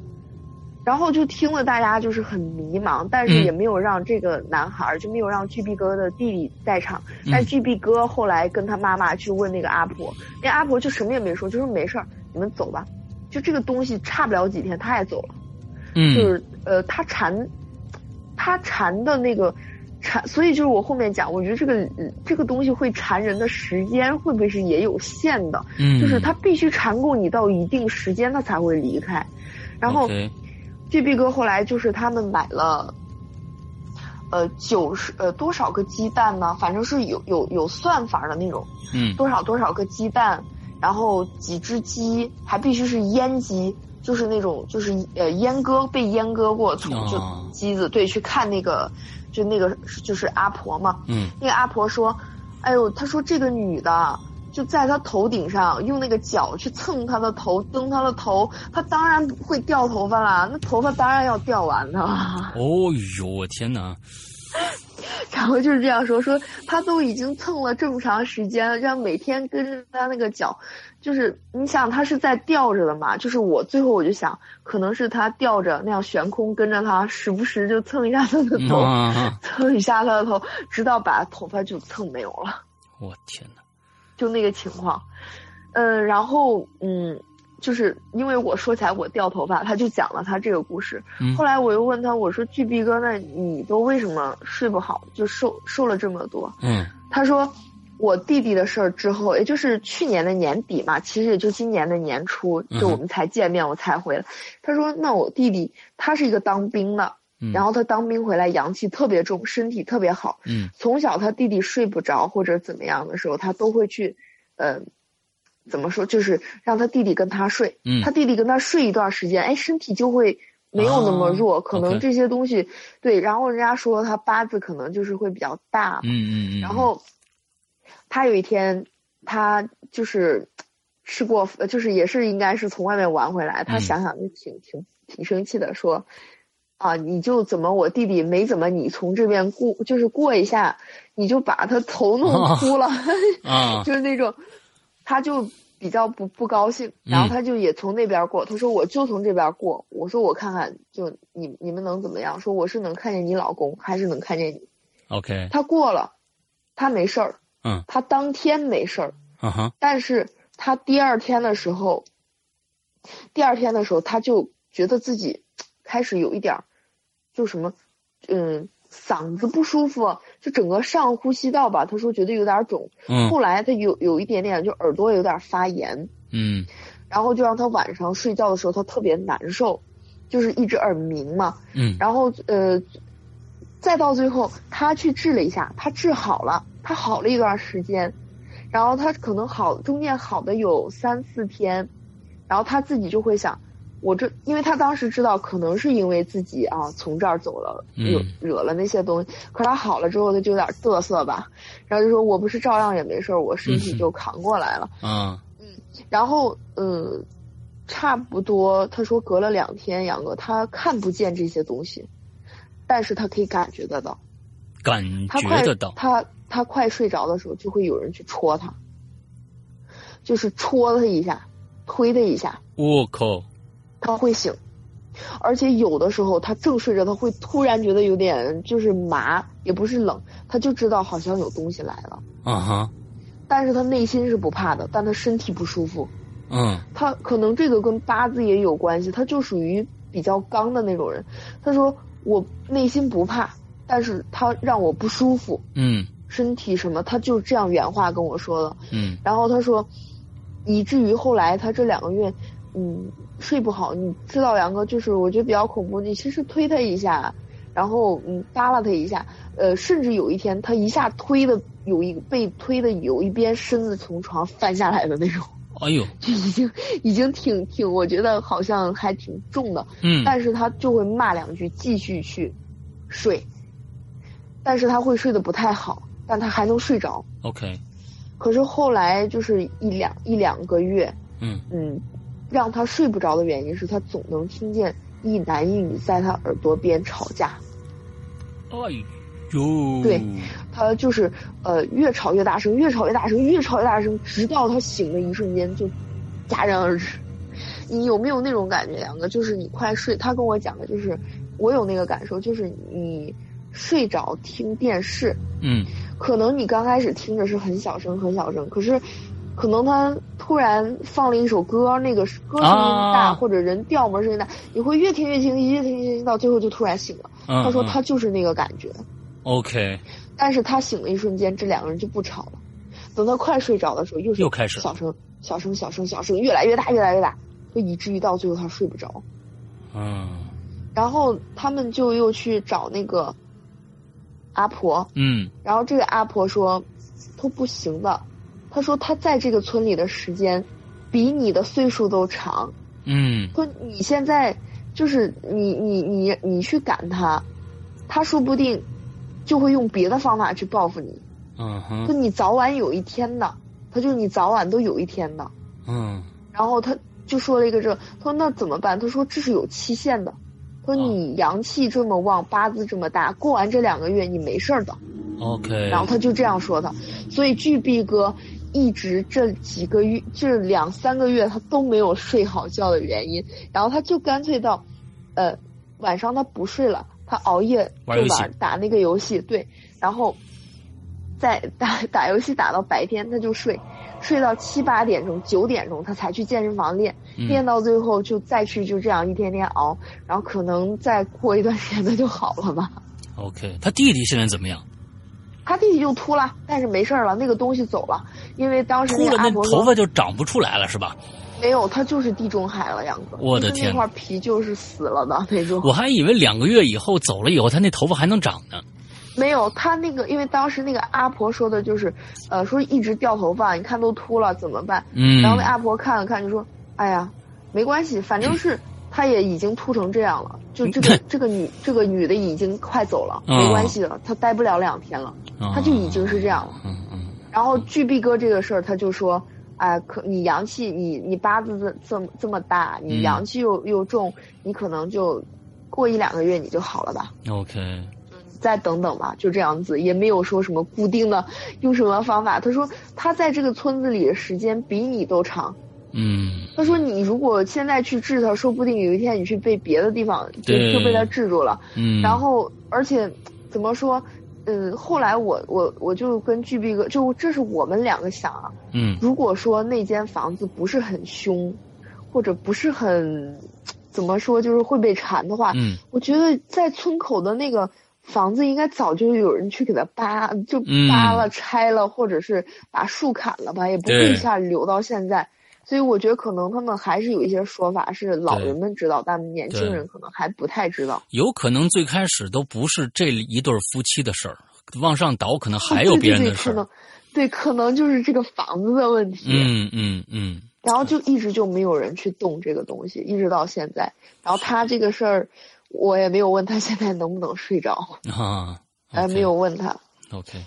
然后就听了大家就是很迷茫，但是
嗯
也没有让这个男孩儿，就没有让巨臂哥的弟弟在场。
嗯
但巨臂哥后来跟他妈妈去问那个阿婆，那阿婆就什么也没说，就说没事儿，你们走吧。就这个东西差不了几天，他也走了。就
嗯
是呃，他缠，他缠的那个缠，所以就是我后面讲，我觉得这个嗯这个东西会缠人的时间会不会是也有限的？
嗯，
就是他必须缠够你到一定时间，他才会离开。然后
OK，
G B 哥后来就是他们买了，呃九十呃多少个鸡蛋呢？反正是有有有算法的那种，
嗯
多少多少个鸡蛋，然后几只鸡，还必须是阉鸡，就是那种就是呃阉割被阉割过，从就
哦
鸡子对去看那个就那个就是阿婆嘛，
嗯
那个阿婆说：“哎呦，她说这个女的就在她头顶上用那个脚去蹭她的头，蹬她的头，她当然会掉头发啦，那头发当然要掉完的。
哦呦，我天哪！
然后就是这样说，说她都已经蹭了这么长时间，让每天跟着她那个脚，就是你想她是在吊着的嘛？就是我最后我就想，可能是她吊着那样悬空跟着她，时不时就蹭一下她的
嗯
头，
啊啊啊
蹭一下她的头，直到把头发就蹭没有了。”
我天哪！
呃就那个情况，嗯、然后嗯，就是因为我说起来我掉头发，他就讲了他这个故事。
嗯
后来我又问他，我说巨逼哥，那你都为什么睡不好，就瘦瘦了这么多？
嗯
他说我弟弟的事儿之后，也就是去年的年底嘛，其实也就今年的年初，
嗯哼
就我们才见面，我才回来。他说那我弟弟他是一个当兵的，
嗯，
然后他当兵回来阳气特别重，身体特别好，
嗯
从小他弟弟睡不着或者怎么样的时候，他都会去，呃，怎么说，就是让他弟弟跟他睡。
嗯
他弟弟跟他睡一段时间，哎，身体就会没有那么
啊
弱，可能
OK
这些东西对。然后人家说他八字可能就是会比较大，
嗯嗯，
然后他有一天，他就是吃过，呃就是也是应该是从外面玩回来，他
嗯
想想就挺挺挺生气的，说啊，你就怎么我弟弟没怎么你从这边过，就是过一下，你就把他头弄
啊
秃了，
啊
就是那种，他就。比较不不高兴，然后他就也从那边过。他说：“我就从这边过。”我说：“我看看，就你你们能怎么样？”说：“我是能看见你老公，还是能看见你？”
，OK，
他过了，他没事儿，
嗯，
他当天没事儿，
啊哈，
但是他第二天的时候，第二天的时候他就觉得自己开始有一点儿，就什么，嗯，嗓子不舒服，就整个上呼吸道吧，他说觉得有点儿肿，
嗯
后来他有有一点点就耳朵有点儿发炎，
嗯
然后就让他晚上睡觉的时候他特别难受，就是一直耳鸣嘛，
嗯
然后呃，再到最后他去治了一下，他治好了，他好了一段时间，然后他可能好中间好的有三四天，然后他自己就会想，我这因为他当时知道可能是因为自己啊从这儿走了，
嗯
惹惹了那些东西，可他好了之后他就有点嘚瑟吧，然后就说我哦不是照样也没事儿，我身体
嗯
就扛过来了。
啊
然后嗯，差不多他说隔了两天，杨哥他看不见这些东西，但是他可以感觉得到，
感
他
觉
快
得到，
他他快睡着的时候，就会有人去戳他，就是戳他一下，推他一下，
我靠，
他会醒。而且有的时候他正睡着，他会突然觉得有点就是麻，也不是冷，他就知道好像有东西来了，
啊哈，
但是他内心是不怕的，但他身体不舒服。
嗯
他可能这个跟八字也有关系，他就属于比较刚的那种人。他说我内心不怕，但是他让我不舒服，
嗯
身体什么，他就这样原话跟我说了。
嗯
然后他说，以至于后来他这两个月，嗯，睡不好。你知道杨哥，就是我觉得比较恐怖，你其实推他一下，然后嗯耷拉他一下，呃，甚至有一天他一下推的有一被推的有一边身子从床翻下来的那种。
哎呦，
就已经已经挺挺，我觉得好像还挺重的，
嗯
但是他就会骂两句，继续去睡，但是他会睡得不太好，但他还能睡着。
，OK，哎
可是后来就是一两一两个月，
嗯
嗯，让他睡不着的原因是他总能听见一男一女在他耳朵边吵架，
哎呦，
对他就是呃越吵越大声，越吵越大声，越吵越大声，直到他醒的一瞬间就戛然而止。你有没有那种感觉，杨哥？就是你快睡，他跟我讲的就是我有那个感受，就是你睡着听电视，
嗯
可能你刚开始听着是很小声很小声，可是。可能他突然放了一首歌，那个歌声音大，
啊
或者人调门声音大，你会越听越清晰，越听越清晰，到最后就突然醒了。
嗯，
他说
嗯
他就是那个感觉。
OK，
但是他醒的一瞬间，这两个人就不吵了。等他快睡着的时候，又是
又开始了
小声、小声、小声、小声，越来越大，越来越大，就以至于到最后他睡不着。
嗯
然后他们就又去找那个阿婆，
嗯
然后这个阿婆说都不行的，她说她在这个村里的时间比你的岁数都长，
嗯
说你现在就是你你你你去赶他，他说不定就会用别的方法去报复你。
嗯
就
哼
你早晚有一天的，他就你早晚都有一天的。
嗯
然后他就说了一个这，他说那怎么办？他说这是有期限的，他说
啊
你阳气这么旺，八字这么大，过完这两个月你没事儿的。
，OK，
然后他就这样说的，所以巨臂哥一直这几个月，这两三个月他都没有睡好觉的原因，然后他就干脆到，呃，晚上他不睡了，他熬夜
玩
就
游戏
玩打那个游戏，对，然后再打打游戏打到白天他就睡，睡到七八点钟、九点钟，他才去健身房练，
嗯
练到最后就再去就这样一天天熬，然后可能再过一段时间他就好了吧。
OK，他弟弟现在怎么样？
他弟弟就秃了，但是没事儿了，那个东西走了，因为当时
秃了
那个
那
阿婆
头
说
发就长不出来了是吧？
没有，他就是地中海了，杨哥，
我的
就是
天
那块皮就是死了的那种。
我还以为两个月以后走了以后，他那头发还能长呢。
没有，他那个，因为当时那个阿婆说的就是，呃，说一直掉头发，你看都秃了，怎么办？
嗯
然后那阿婆看了看，就说：“哎呀，没关系，反
嗯
正是她也已经秃成这样了，就这个这个女这个女的已经快走了，
嗯
没关系的，她待不了两天了，她就已经是这样了。
啊嗯嗯
然后据毕哥这个事儿，他就说，哎，可你阳气，你你八字这这么这么大，
嗯
你阳气又又重，你可能就过一两个月你就好了吧，
嗯，OK，
再等等吧，就这样子，也没有说什么固定的用什么方法。他说他在这个村子里的时间比你都长。
嗯
他说你如果现在去治他，说不定有一天你去被别的地方就
对
就被他治住了。
嗯，
然后而且怎么说，嗯，后来我我我就跟巨逼哥，就这是我们两个想啊，
嗯
如果说那间房子不是很凶，或者不是很怎么说，就是会被缠的话，
嗯
我觉得在村口的那个房子应该早就有人去给它扒，就
嗯
扒了、拆了，或者是把树砍了吧，也不会
对
一下留到现在。所以我觉得可能他们还是有一些说法是老人们知道，但年轻人可能还不太知道。
有可能最开始都不是这一对夫妻的事儿，往上倒可能还有别人的事
对对对可能
儿。
对，可能就是这个房子的问题。
嗯嗯嗯
然后就一直就没有人去动这个东西，一直到现在。然后他这个事儿，我也没有问他现在能不能睡着，
啊，
呃，没有问他。
OK，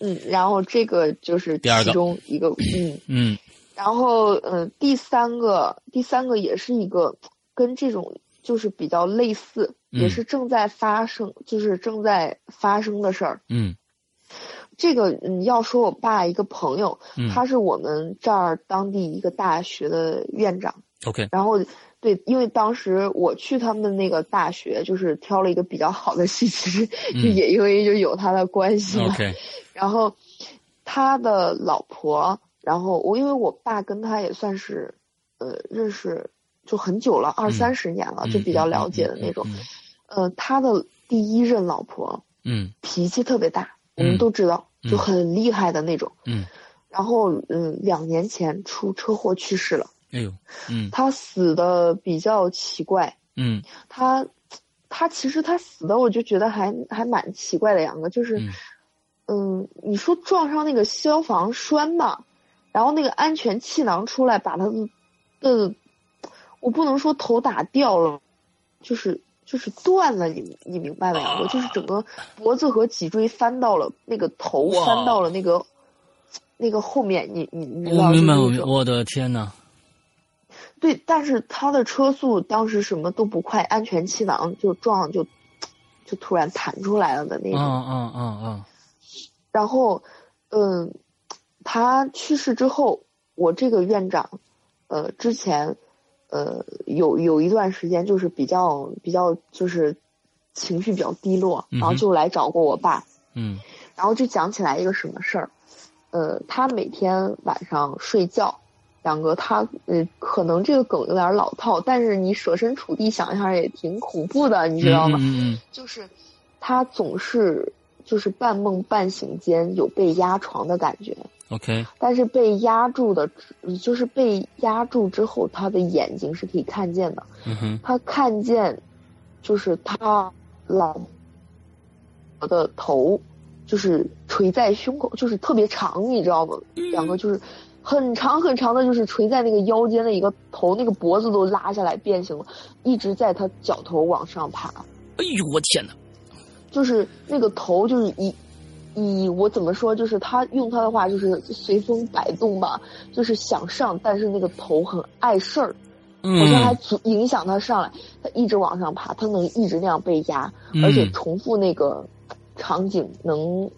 嗯，然后这个就是
第二个
其中一个，嗯，
嗯
然后嗯，第三个，第三个也是一个跟这种就是比较类似，
嗯
也是正在发生，就是正在发生的事儿。
嗯
这个嗯，要说我爸一个朋友，
嗯
他是我们这儿当地一个大学的院长。
，OK，
然后对，因为当时我去他们那个大学，就是挑了一个比较好的系， 其实就
嗯
也因为就有他的关系嘛。
OK，
然后他的老婆，然后我因为我爸跟他也算是呃认识就很久了，
嗯
二三十年了，就比较了解的那种。呃，他的第一任老婆
嗯
脾气特别大，我
嗯
们都知道，
嗯
就很厉害的那种。
嗯，
然后嗯，两年前出车祸去世了。
哎呦，嗯
他死的比较奇怪，
嗯
他他其实他死的我就觉得还还蛮奇怪的，杨哥，就是
嗯
嗯你说撞上那个消防栓吧，然后那个安全气囊出来把他的的，我不能说头打掉了，就是。就是断了，你你明白吗？杨哥，就是整个脖子和脊椎翻到了那个头，
哇
翻到了那个那个后面，你你你知
我
道
明白，
就
我明
是那种
我的天哪，
对，但是他的车速当时什么都不快，安全气囊就撞就，就突然弹出来了的那
啊
种。
啊啊啊，
然后，嗯，他去世之后，我这个院长，呃，之前，呃，有有一段时间就是比较比较就是情绪比较低落，然后
嗯哼
就来找过我爸，
嗯
然后就讲起来一个什么事儿，呃，他每天晚上睡觉，两个他呃，可能这个梗有点老套，但是你设身处地想一下也挺恐怖的，你知道吗？
嗯
就是他总是就是半梦半醒间有被压床的感觉，
，OK，
但是被压住的，就是被压住之后，他的眼睛是可以看见的，
嗯哼，
他看见就是他老婆的头，就是垂在胸口，就是特别长，你知道吗？两个就是很长很长的，就是垂在那个腰间的一个头，那个脖子都拉下来变形了，一直在他脚头往上爬，
哎呦，我天哪，
就是那个头就是以以我怎么说，就是他用他的话就是随风摆动吧，就是想上，但是那个头很碍事儿。好像还
嗯
阻影响他上来，他一直往上爬，他能一直那样被压，
嗯
而且重复那个场景能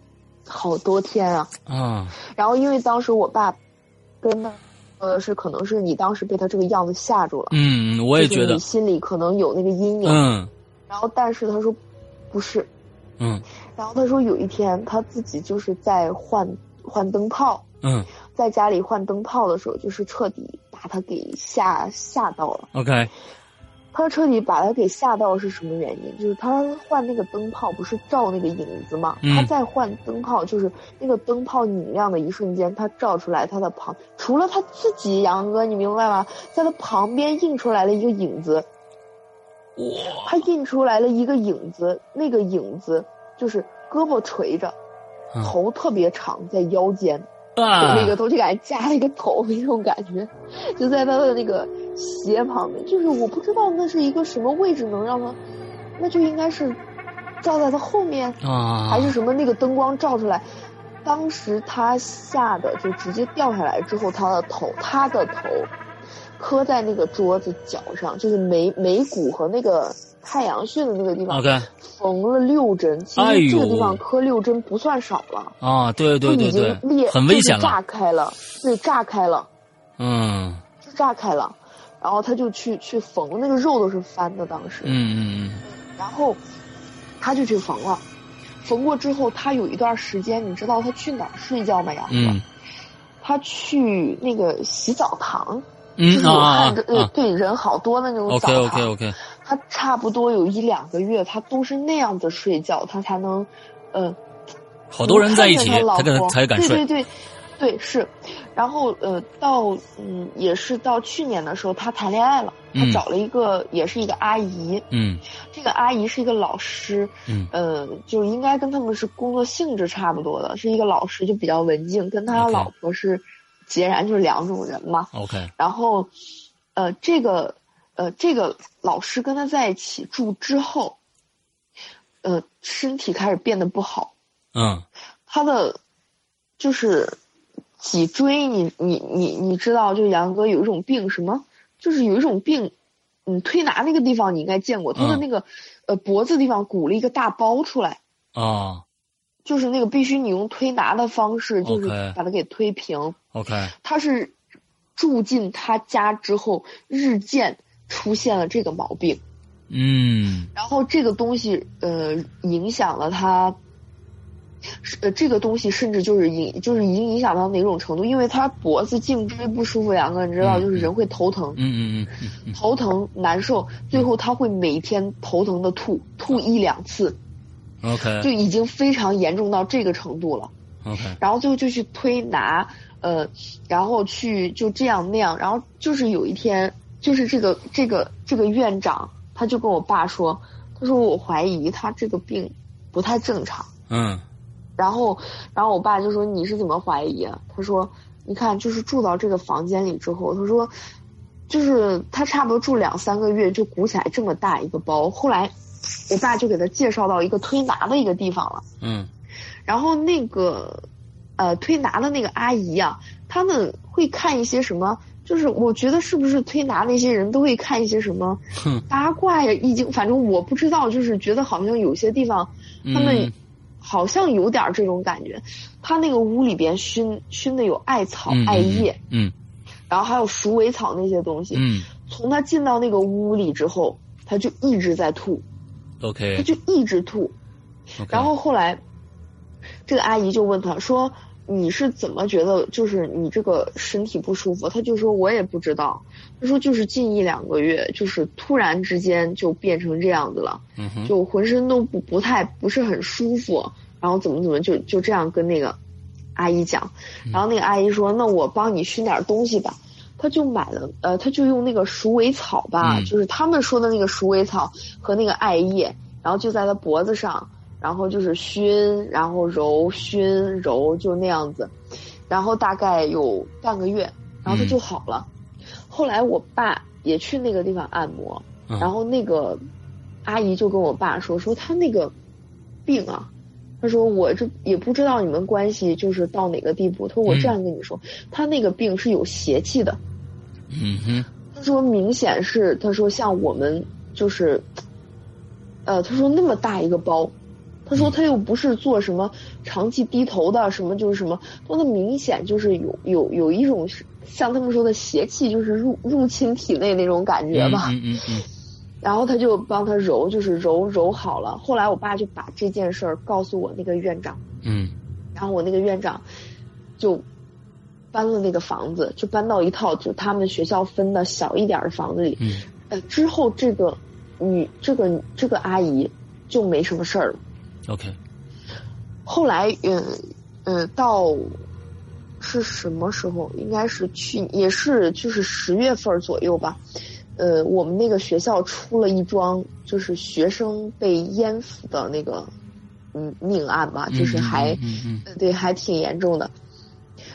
好多天啊。
啊，
然后因为当时我爸跟他呃是可能是你当时被他这个样子吓住了，
嗯，我也
就是
觉得
你，心里可能有那个阴影。
嗯
然后但是他说不是，
嗯
然后他说有一天他自己就是在换换灯泡，
嗯
在家里换灯泡的时候，就是彻底把他给吓吓到了。
OK，
他彻底把他给吓到是什么原因？就是他换那个灯泡不是照那个影子吗？
嗯
他再换灯泡，就是那个灯泡拧亮的一瞬间，他照出来他的旁，除了他自己，杨哥你明白吗？在他旁边映出来了一个影子，
哇，
他印出来了一个影子，那个影子就是胳膊垂着，
嗯
头特别长，在腰间，
啊
有那个东西感觉夹了一个头那种感觉，就在他的那个鞋旁边，就是我不知道那是一个什么位置能让他，那就应该是照在他后面，
啊，
还是什么那个灯光照出来。当时他吓得就直接掉下来，之后他的头，他的头磕在那个桌子角上，就是眉眉骨和那个太阳穴的那个地方
啊 OK
缝了六针。其
哎呦
实这个地方磕六针不算少了，
啊，对对对
已经
对
裂，，
很危险
就是炸
了，
开了，对，炸开了，
嗯
就炸开了。然后他就去去缝，那个肉都是翻的，当时，
嗯嗯
然后他就去缝了。缝过之后，他有一段时间，你知道他去哪儿睡觉吗？杨哥，
嗯
他去那个洗澡堂，就
嗯
是
嗯
我
啊
看
啊
着、呃
啊
对人好多的那种澡
，OK
堂。
OK OK，
他差不多有一两个月，他都是那样子睡觉，他才能，呃，
好多人在一起，
能
他
看
跟
见老
他
婆
才敢睡
对，对对，对是。然后呃，到嗯，也是到去年的时候，他谈恋爱了，他
嗯
找了一个、也是一个阿姨，
嗯
这个阿姨是一个老师，
嗯
呃，就是应该跟他们是工作性质差不多的，是一个老师，就比较文静，跟他
OK
老婆是截然就是两种人嘛。
，OK，
然后，呃，这个呃，这个老师跟他在一起住之后，呃，身体开始变得不好，
嗯
他的就是脊椎，你你你你知道，就杨哥有一种病什么，就是有一种病，嗯，推拿那个地方你应该见过，他的
嗯
那个、呃脖子地方鼓了一个大包出来，
啊
就是那个必须你用推拿的方式，就是
OK
把它给推平。
，OK，
他是住进他家之后，日渐出现了这个毛病。
嗯
然后这个东西呃影响了他，是呃这个东西甚至就是影就是已经影响到哪种程度？因为他脖子颈椎不舒服，杨哥你知道，
嗯
就是人会头疼，
嗯嗯嗯嗯
头疼难受，最后他会每天头疼的吐，吐一两次，
嗯
就
，OK
已经非常严重到这个程度了。
OK，
然后最后就去推拿，呃，然后去就这样那样，然后就是有一天，就是这个这个这个院长，他就跟我爸说，他说我怀疑他这个病不太正常，
嗯
然后然后我爸就说你是怎么怀疑啊？他说你看就是住到这个房间里之后，他说就是他差不多住两三个月就鼓起来这么大一个包，后来我爸就给他介绍到一个推拿的一个地方了。
嗯
然后那个呃推拿的那个阿姨啊，他们会看一些什么？就是我觉得是不是推拿那些人都会看一些什么
哼
八卦呀、易经，反正我不知道，就是觉得好像有些地方他们
嗯
好像有点这种感觉。他那个屋里边熏熏的有艾草、
嗯
艾叶，，
嗯
然后还有鼠尾草那些东西。
嗯
从他进到那个屋里之后，他就一直在吐，他
，OK，
就一直吐。然后后来，这个阿姨就问他说：“你是怎么觉得就是你这个身体不舒服？”他就说：“我也不知道。”他说：“就是近一两个月，就是突然之间就变成这样子了，
嗯哼
就浑身都不不太不是很舒服，然后怎么怎么就就这样跟那个阿姨讲。”
嗯
然后那个阿姨说：“那我帮你熏点东西吧。”他就买了，呃，他就用那个鼠尾草吧，
嗯
就是他们说的那个鼠尾草和那个艾叶，然后就在他脖子上，然后就是熏，然后揉熏揉，就那样子，然后大概有半个月，然后
嗯
他就好了。后来我爸也去那个地方按摩，
嗯
然后那个阿姨就跟我爸说，说他那个病啊。他说：“我这也不知道你们关系就是到哪个地步。”他说：“我
嗯
这样跟你说，他那个病是有邪气的。
嗯哼”
他说：“明显是，他说像我们就是，呃，他说那么大一个包，他说他又不是做什么长期低头的，什么就是什么，他说那明显就是有有有一种像他们说的邪气，就是入入侵体内那种感觉吧。
嗯嗯嗯
然后他就帮他揉，就是揉揉好了。后来我爸就把这件事儿告诉我那个院长，
嗯
然后我那个院长就搬了那个房子，就搬到一套就他们学校分的小一点的房子里。
嗯
呃，之后这个女这个这个阿姨就没什么事儿了。
，OK，
后来，嗯嗯，到是什么时候？应该是去，也是就是十月份左右吧。呃，我们那个学校出了一桩就是学生被淹死的那个嗯命案吧，就是还、
嗯嗯嗯
呃对，还挺严重的。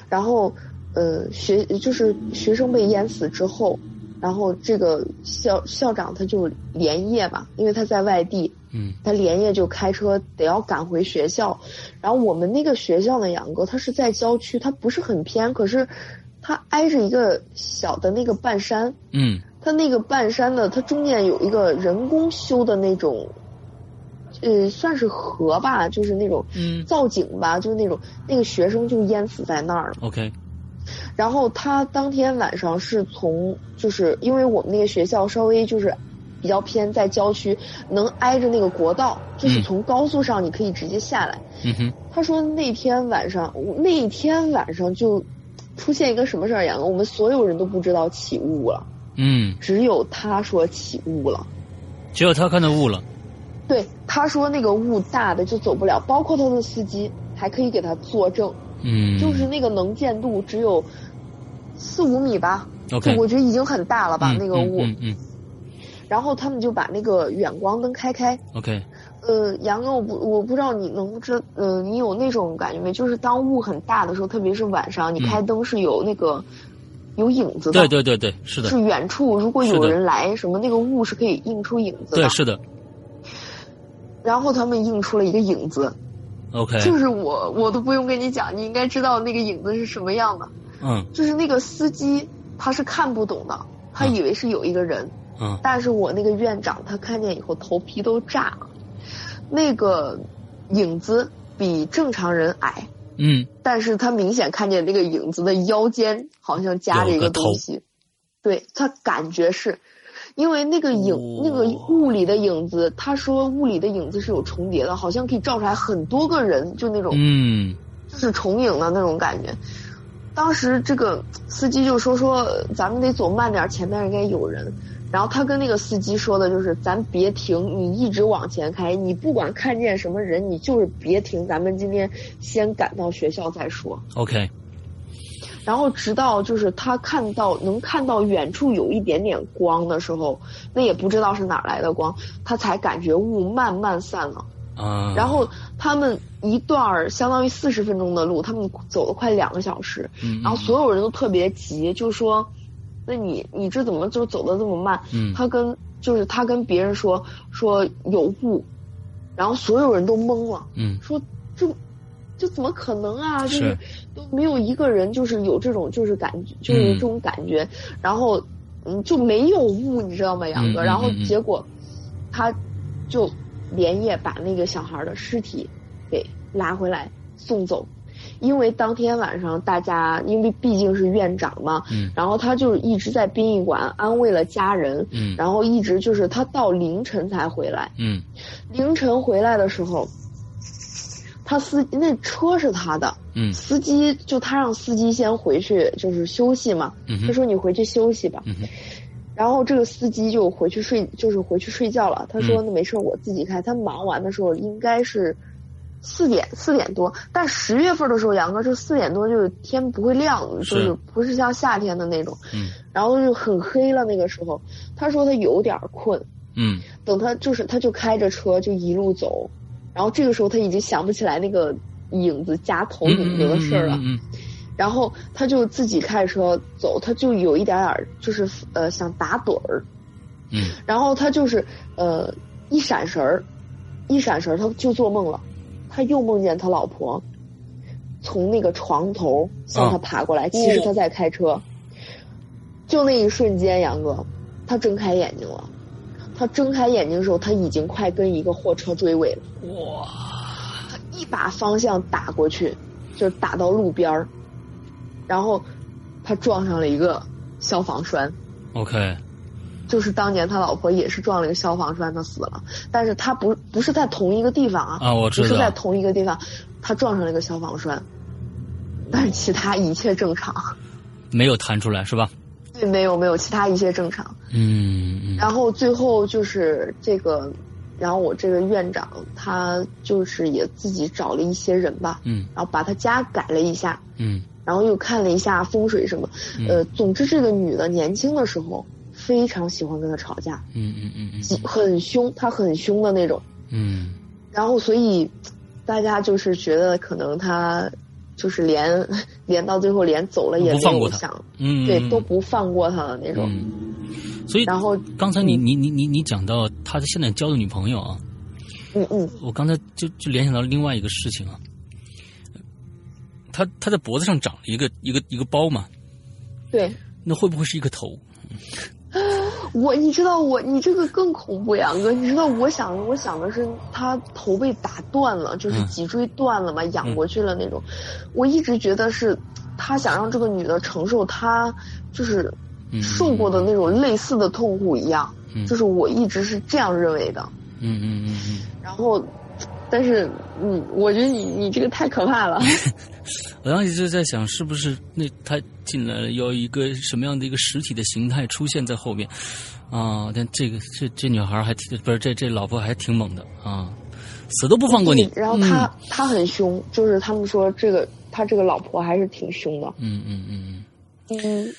然后，呃，学就是学生被淹死之后，然后这个校校长他就连夜吧，因为他在外地，
嗯
他连夜就开车得要赶回学校。然后我们那个学校呢，养哥它是在郊区，它不是很偏，可是它挨着一个小的那个半山，
嗯
它那个半山呢，它中间有一个人工修的那种，呃，算是河吧，就是那种
嗯
造景吧，就是那种那个学生就淹死在那儿了。
，OK，
然后他当天晚上是从，就是因为我们那个学校稍微就是比较偏在郊区，能挨着那个国道，就是
嗯
从高速上你可以直接下来。
嗯哼，
他说那天晚上，那天晚上就出现一个什么事儿呀？我们所有人都不知道起雾了，
嗯，
只有他说起雾了。
只有他看到雾了，
对，他说那个雾大的就走不了，包括他的司机还可以给他作证，
嗯，
就是那个能见度只有四五米吧。
OK，
就我觉得已经很大了吧、
嗯
那个雾、
嗯嗯
然后他们就把那个远光灯开开。
嗯，OK，
呃，杨哥，我不我不知道你能不知，呃，你有那种感觉没？就是当雾很大的时候，特别是晚上，你
嗯
开灯是有那个、有影子的。
对对对对，是的
是，远处，如果
是
有
的
人来什么，那个雾是可以映出影子的。
对是的
然后他们映出了一个影子，
，OK，
就是我，我都不用跟你讲，你应该知道那个影子是什么样的。
嗯
就是那个司机他是看不懂的，他
嗯
以为是有一个人，
嗯
但是我那个院长他看见以后头皮都炸了，那个影子比正常人矮，
嗯
但是他明显看见那个影子的腰间好像夹着一
有个头
东西，对他感觉是。因为那个影，
哦
那个雾里的影子，他说雾里的影子是有重叠的，好像可以照出来很多个人，就那种
嗯
就是重影的那种感觉。当时这个司机就说说咱们得走慢点，前面应该有人。然后他跟那个司机说的就是咱别停，你一直往前开，你不管看见什么人，你就是别停，咱们今天先赶到学校再说。
，OK，
然后直到就是他看到能看到远处有一点点光的时候，那也不知道是哪儿来的光，他才感觉雾慢慢散了。
啊，
然后他们一段儿相当于四十分钟的路，他们走了快两个小时，
嗯，嗯
然后所有人都特别急，就说：“那你你这怎么就走的这么慢？”
嗯
他跟就是他跟别人说说有雾，然后所有人都懵了，
嗯
说这这怎么可能啊？就是是都没有一个人就是有这种就是感觉就
嗯
是这种感觉，然后嗯就没有雾，你知道吗，杨哥？
嗯嗯
然后
嗯嗯
结果他就连夜把那个小孩的尸体给拉回来送走，因为当天晚上大家因为毕竟是院长嘛，
嗯
然后他就一直在殡仪馆安慰了家人，
嗯
然后一直就是他到凌晨才回来。
嗯
凌晨回来的时候，他司那车是他的，
嗯
司机就他让司机先回去就是休息嘛，
嗯
他
哼
说你回去休息吧，
嗯哼
然后这个司机就回去睡，就是回去睡觉了。他
嗯
说那没事，我自己开。他忙完的时候应该是四点四点多，但十月份的时候，杨哥就四点多就是天不会亮，
是
就是不是像夏天的那种，
嗯
然后就很黑了。那个时候，他说他有点困，
嗯
等他就是他就开着车就一路走，然后这个时候他已经想不起来那个影子夹头影子的事儿了。
嗯嗯
然后他就自己开车走，他就有一点点儿就是呃想打盹儿，
嗯
然后他就是呃一闪神儿，一闪神儿他就做梦了，他又梦见他老婆从那个床头向他爬过来，其实他在开车，就那一瞬间，杨哥他睁开眼睛了，他睁开眼睛的时候，他已经快跟一个货车追尾了，
嗯哇，
他一把方向打过去，就是打到路边儿，然后他撞上了一个消防栓。
，OK，
就是当年他老婆也是撞了一个消防栓，他死了。但是他不不是在同一个地方啊，
啊，我
不
知
是在
道，
同一个地方，他撞上了一个消防栓。但是其他一切正常。
没有弹出来是吧？
对，没有没有，其他一切正常。
嗯嗯
然后最后就是这个，然后我这个院长他就是也自己找了一些人吧，
嗯
然后把他家改了一下，
嗯
然后又看了一下风水什么，呃，总之这个女的年轻的时候非常喜欢跟他吵架，
嗯嗯嗯
几很凶，她很凶的那种。
嗯
然后所以大家就是觉得可能她就是连连到最后连走了也
不放
没
过
有
她
想，
嗯，
对，都不放过她的那种。
嗯。所以
然后
刚才你你你你你讲到他现在交的女朋友啊，
嗯嗯，
我刚才就就联想到另外一个事情啊，他他在脖子上长了一个一个一个包嘛，
对
那会不会是一个头？
我，你知道我，你这个更恐怖呀，哥，你知道我想我想的是她头被打断了，就是
嗯
脊椎断了嘛，仰
嗯
过去了那种。我一直觉得是他想让这个女的承受她就是
嗯
受过的那种类似的痛苦一样，
嗯
就是我一直是这样认为的。
嗯嗯嗯嗯。
然后，但是，嗯，我觉得你你这个太可怕了。
我当时就在想，是不是那他进来了，要一个什么样的一个实体的形态出现在后面啊？但这个这这女孩还挺不是这这老婆还挺猛的啊，死 都不放过你。嗯
然后他、他很凶，就是他们说这个他这个老婆还是挺凶的。
嗯嗯嗯
嗯，
OK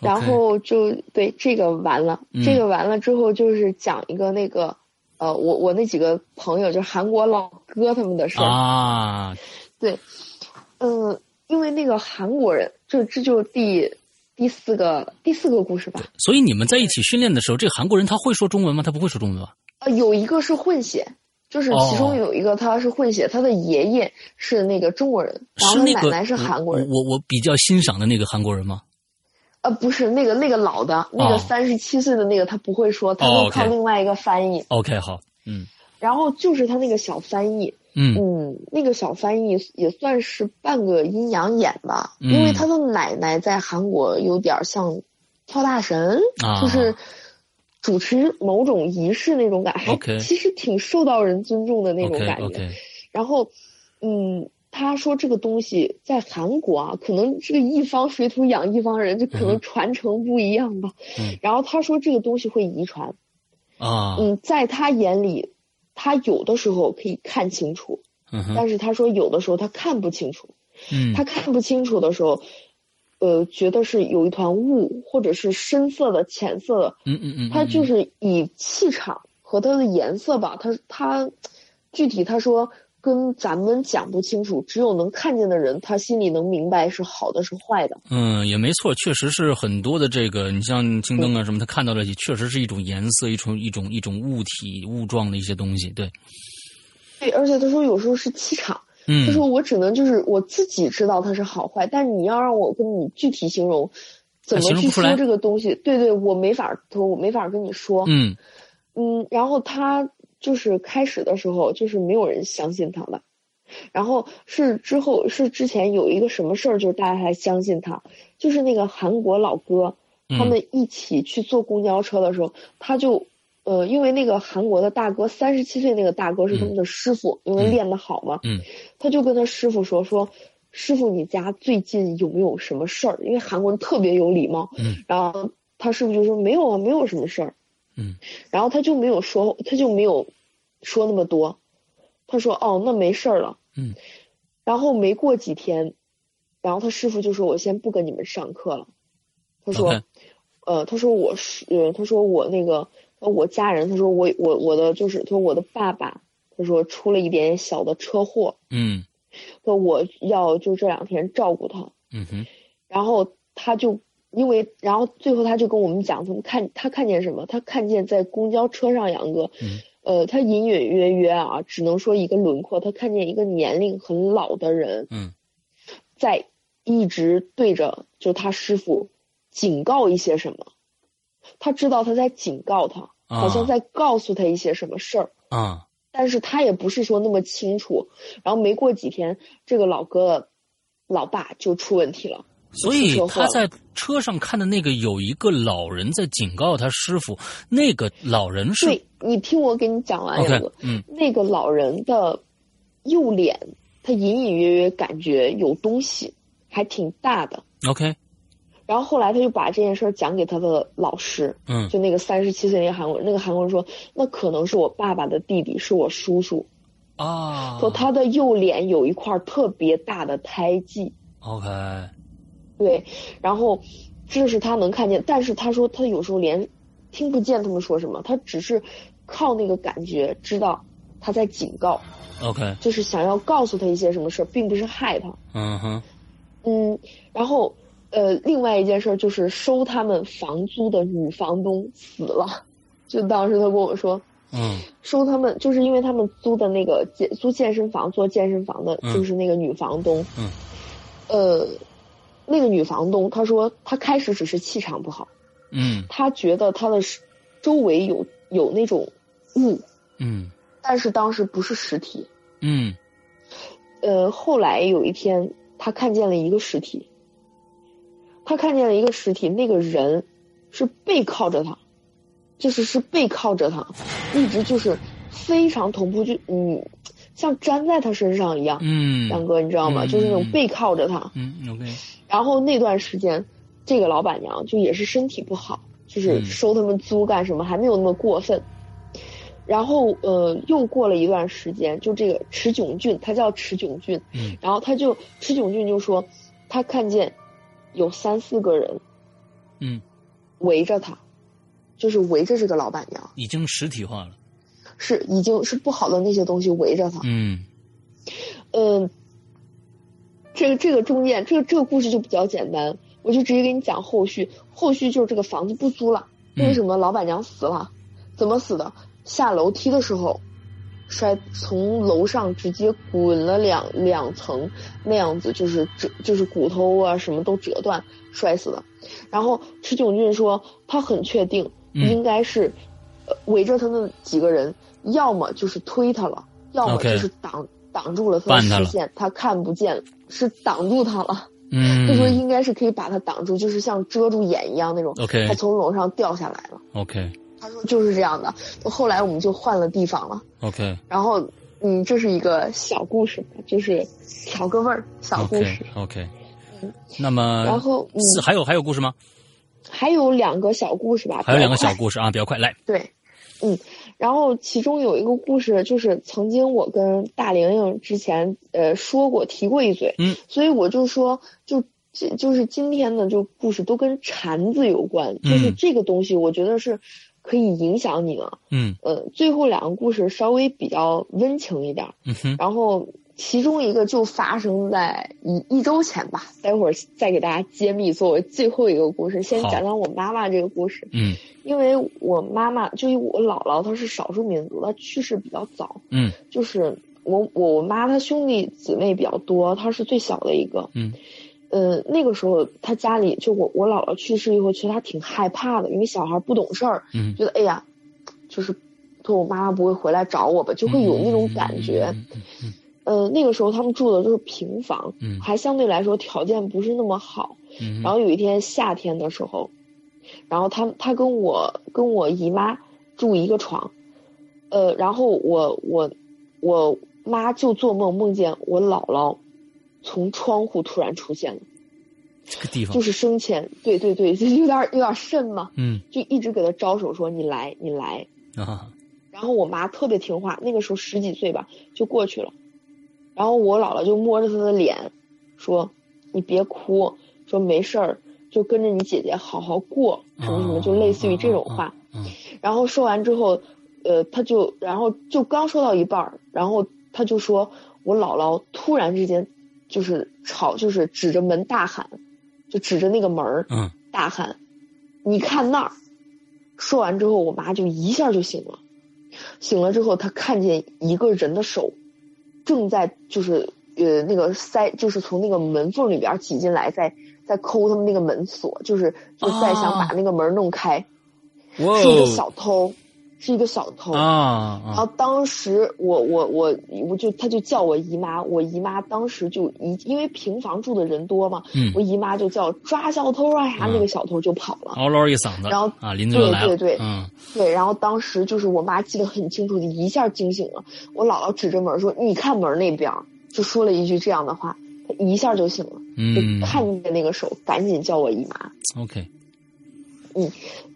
然后就对这个完了，
嗯
这个完了之后就是讲一个那个。呃，我我那几个朋友就是韩国老哥他们的事
嗯
儿，
啊，
对，嗯，因为那个韩国人，就这就第第四个第四个故事吧，
所以你们在一起训练的时候，这个韩国人他会说中文吗？他不会说中文吧？
呃，有一个是混血，就是其中
哦
有一个他是混血，他的爷爷是那个中国人，然后
是
他
那个嗯
奶奶是韩国人，
我我我比较欣赏的那个韩国人吗？
呃，不是那个那个老的，那
哦
个三十七岁的那个他不会说，他
哦
会
，OK
靠另外一个翻译，
OK，好，嗯
然后就是他那个小翻译，
嗯
嗯，那个小翻译也算是半个阴阳眼吧，因为
嗯
他的奶奶在韩国有点像跳大神，
啊
就是主持某种仪式那种感，还
OK
其实挺受到人尊重的那种
，OK
感觉。
OK，
然后，嗯，他说这个东西在韩国啊，可能这个一方水土养一方人，就可
嗯
能传承不一样吧。
嗯
然后他说这个东西会遗传，
啊，
嗯，在他眼里，他有的时候可以看清楚，
嗯哼，
但是他说有的时候他看不清楚，
嗯
他看不清楚的时候。呃，觉得是有一团雾，或者是深色的、浅色的，
嗯嗯嗯，
他就是以气场和它的颜色吧，他他具体他说跟咱们讲不清楚，只有能看见的人，他心里能明白是好的是坏的。
嗯，也没错，确实是很多的这个，你像青灯啊什么，他看到的也确实是一种颜色，一种一种一种物体物状的一些东西，对，
对，而且他说有时候是气场，
嗯
他说我只能就是我自己知道它是好坏，但你要让我跟你具体形容，怎
形
么
容
去
不出来
说这个东西？对对，我没法，我没法跟你说。
嗯
嗯，然后他就是开始的时候，就是没有人相信他的，然后是之后是之前有一个什么事儿，就是大家才相信他，就是那个韩国老哥，他
嗯
们一起去坐公交车的时候，他就。呃，因为那个韩国的大哥，三十七岁那个大哥是他们的师傅，因为
嗯
练得好嘛，
嗯
他就跟他师傅说说，师傅你家最近有没有什么事儿？因为韩国人特别有礼貌，
嗯
然后他师傅就说没有啊，没有什么事儿，
嗯，
然后他就没有说，他就没有说那么多，他说哦，那没事儿了，
嗯，
然后没过几天，然后他师傅就说我先不跟你们上课了，他说
OK
呃，他说我是，呃，他说我那个，呃我家人，他说我我我的就是，他说我的爸爸，他说出了一点小的车祸，
嗯
他说我要就这两天照顾他，
嗯哼，
然后他就因为，然后最后他就跟我们讲，他们看他看见什么？他看见在公交车上，杨哥，
嗯
呃，他隐隐约约啊，只能说一个轮廓，他看见一个年龄很老的人
嗯
在一直对着就他师傅警告一些什么，他知道他在警告他，
啊
好像在告诉他一些什么事儿。
啊
但是他也不是说那么清楚，然后没过几天，这个老哥，老爸就出问题了。就
所
出
以
车祸
他
了
在车上看的那个有一个老人在警告他师傅，那个老人是
对你听我给你讲完
OK，
两个，
嗯
那个老人的右脸，他隐隐约约感觉有东西，还挺大的。
OK，
然后后来他就把这件事儿讲给他的老师，
嗯
就那个三十七岁那个韩国人那个韩国人说，那可能是我爸爸的弟弟，是我叔叔。
啊
说他的右脸有一块特别大的胎记，
，OK，
对，然后这是他能看见，但是他说他有时候连听不见他们说什么，他只是靠那个感觉知道他在警告，
OK，
就是想要告诉他一些什么事儿，并不是害他。
嗯哼，
嗯，然后呃，另外一件事儿就是收他们房租的女房东死了，就当时他跟我说，
嗯
收他们，就是因为他们租的那个健租健身房做健身房的，
嗯
就是那个女房东。
嗯。
呃，那个女房东她说，她开始只是气场不好，
嗯
她觉得她的是周围有有那种雾，
嗯
但是当时不是实体。
嗯
呃，后来有一天，她看见了一个实体，她看见了一个实体，那个人是背靠着她，就是是背靠着她，一直就是非常同步，就嗯，像粘在她身上一样。
嗯
亮哥，你知道吗？
嗯
就是
嗯
那种背靠着他。
嗯，OK，
然后那段时间，这个老板娘就也是身体不好，就是
嗯
收他们租干什么还没有那么过分。然后呃，又过了一段时间，就这个池炯俊，他叫池炯俊，
嗯
然后他就池炯俊就说，他看见有三四个人
嗯，
围着他，就是围着这个老板娘，
已经实体化了，
是已经是不好的那些东西围着他。
嗯
嗯，这个这个中间这个这个故事就比较简单，我就直接给你讲后续。后续就是这个房子不租了，
嗯
为什么老板娘死了？怎么死的？下楼梯的时候摔，从楼上直接滚了两两层，那样子就是折就是骨头啊什么都折断摔死的。然后池炯俊说他很确定
嗯
应该是、呃围着他那几个人，要么就是推他了，要么
OK
就是挡挡住了他的
绊他
视
了
线，他看不见，是挡住他了。
嗯
他说应该是可以把他挡住，就是像遮住眼一样那种。
OK
他从楼上掉下来了。
，OK
他说就是这样的。后来我们就换了地方了。
OK
然后，嗯，这是一个小故事吧，就是调个味儿，小故
OK 呃
事。
OK，那么
然后嗯
是还有还有故事吗？
还有两个小故事吧，
还有两个
比较
小
快
故事啊，比较快，来，
对，嗯，然后其中有一个故事，就是曾经我跟大玲玲之前呃说过提过一嘴，
嗯，
所以我就说就。这就是今天的就故事都跟禅字有关，就是
嗯
这个东西，我觉得是可以影响你的。
嗯
呃，最后两个故事稍微比较温情一点儿，
嗯哼，
然后其中一个就发生在一一周前吧，待会儿再给大家揭秘作为最后一个故事，先
好
讲讲我妈妈这个故事。
嗯
因为我妈妈就我姥姥她是少数民族，她去世比较早，
嗯
就是我我我妈她兄弟姊妹比较多，她是最小的一个。
嗯
呃，那个时候她家里就我我姥姥去世以后，其实她挺害怕的，因为小孩不懂事儿，
嗯，
觉得哎呀，就是说我妈妈不会回来找我吧，就会有那种感觉。呃，那个时候他们住的都是平房，
嗯
还相对来说条件不是那么好。
嗯，
然后有一天夏天的时候，然后他他跟我跟我姨妈住一个床，呃，然后我我我妈就做梦梦见我姥姥从窗户突然出现了，
这个地方
就，是生前对对对，就有点有点瘆嘛，
嗯
就一直给他招手说你来你来，
啊，
然后我妈特别听话，那个时候十几岁吧，就过去了。然后我姥姥就摸着她的脸，说：“你别哭，说没事儿，就跟着你姐姐好好过，什么什么，就类似于这种话。
嗯
然后说完之后，呃，她就然后就刚说到一半儿，然后她就说：“我姥姥突然之间就是吵，就是指着门大喊，就指着那个门儿
嗯
大喊：‘你看那儿！’”说完之后，我妈就一下就醒了。醒了之后，她看见一个人的手正在就是呃那个塞，就是从那个门缝里边挤进来，在在抠他们那个门锁，就是就在想把那个门弄开。
哦嗯哇哦
是一个小偷，是一个小偷。
啊
然
啊
后当时我我我我就她就叫我姨妈，我姨妈当时就一因为平房住的人多嘛，
嗯
我姨妈就叫抓小偷啊啥，
嗯
那个小偷就跑了。
嗷嗷一嗓子，
然后
啊，林子又来了，
对对对
嗯
对，然后当时就是我妈记得很清楚，一下惊醒了。我姥姥指着门说：“你看门那边儿。”就说了一句这样的话。她一下就醒了，
嗯
就看见那个手，赶紧叫我姨妈。
，OK，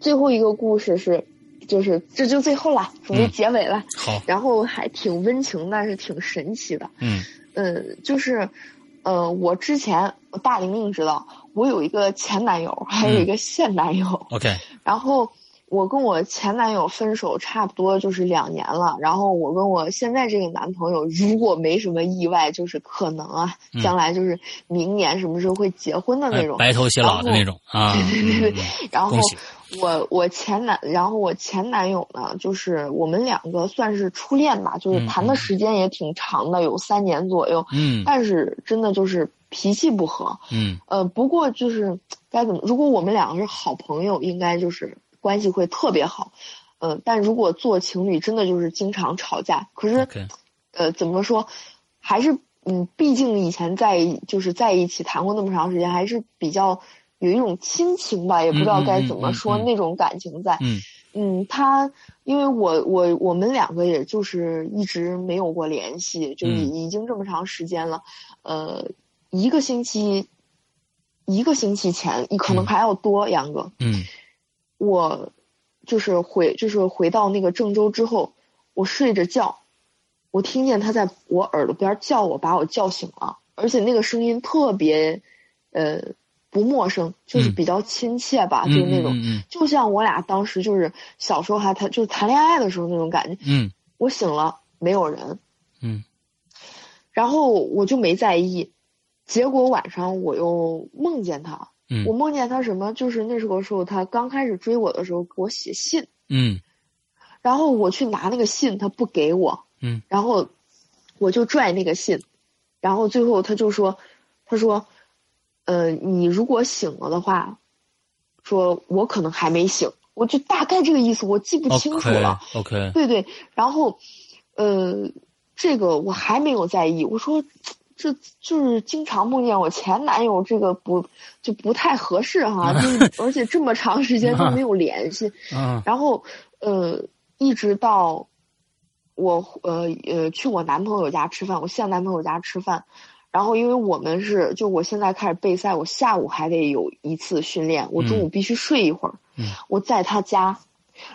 最后一个故事是，就是这就最后了，准备
嗯
结尾了，
好，
然后还挺温情，但是挺神奇的。
嗯
嗯，就是，呃，我之前我大玲玲知道，我有一个前男友，还
嗯
有一个现男友，
，OK，
然后我跟我前男友分手差不多就是两年了，然后我跟我现在这个男朋友，如果没什么意外，就是可能啊，
嗯
将来就是明年什么时候会结婚的
哎
那种。
白头偕老的那种 啊，嗯
然后
恭喜
我我前男，然后我前男友呢，就是我们两个算是初恋吧，就是
嗯
谈的时间也挺长的，有三年左右，
嗯
但是真的就是脾气不合，
嗯
呃，不过就是该怎么，如果我们两个是好朋友，应该就是关系会特别好。嗯、但如果做情侣，真的就是经常吵架。可是
，OK，
呃，怎么说，还是嗯，毕竟以前在一就是在一起谈过那么长时间，还是比较有一种亲情吧，也不知道该怎么
嗯嗯
说、
嗯嗯嗯
那种感情在。
嗯
嗯，他因为我我我们两个也就是一直没有过联系，就已、
嗯
已经这么长时间了，呃，一个星期，一个星期前，你可能
嗯
还要多，杨哥，
嗯
我就是回就是回到那个郑州之后，我睡着觉，我听见他在我耳朵边叫我，把我叫醒了，而且那个声音特别，呃，不陌生，就是
嗯
比较亲切吧，
嗯
啊就是那种。
嗯
就像我俩当时就是小时候还谈，就是谈恋爱的时候那种感觉。
嗯
我醒了，没有人，
嗯
然后我就没在意。结果晚上我又梦见他，
嗯
我梦见他什么？就是那时候时候他刚开始追我的时候给我写信，
嗯
然后我去拿那个信，他不给我，
嗯，
然后我就拽那个信，然后最后他就说，他说，呃，你如果醒了的话，说我可能还没醒，我就大概这个意思，我记不清楚了。
，OK，
对对，然后，呃，这个我还没有在意。我说，这就是经常梦见我前男友，这个不就不太合适 哈、就是而且这么长时间都没有联系。
嗯
然后，呃，一直到我呃呃去我男朋友家吃饭，我现男朋友家吃饭。然后，因为我们是就我现在开始备赛，我下午还得有一次训练，我中午必须睡一会儿。
嗯
我在他家，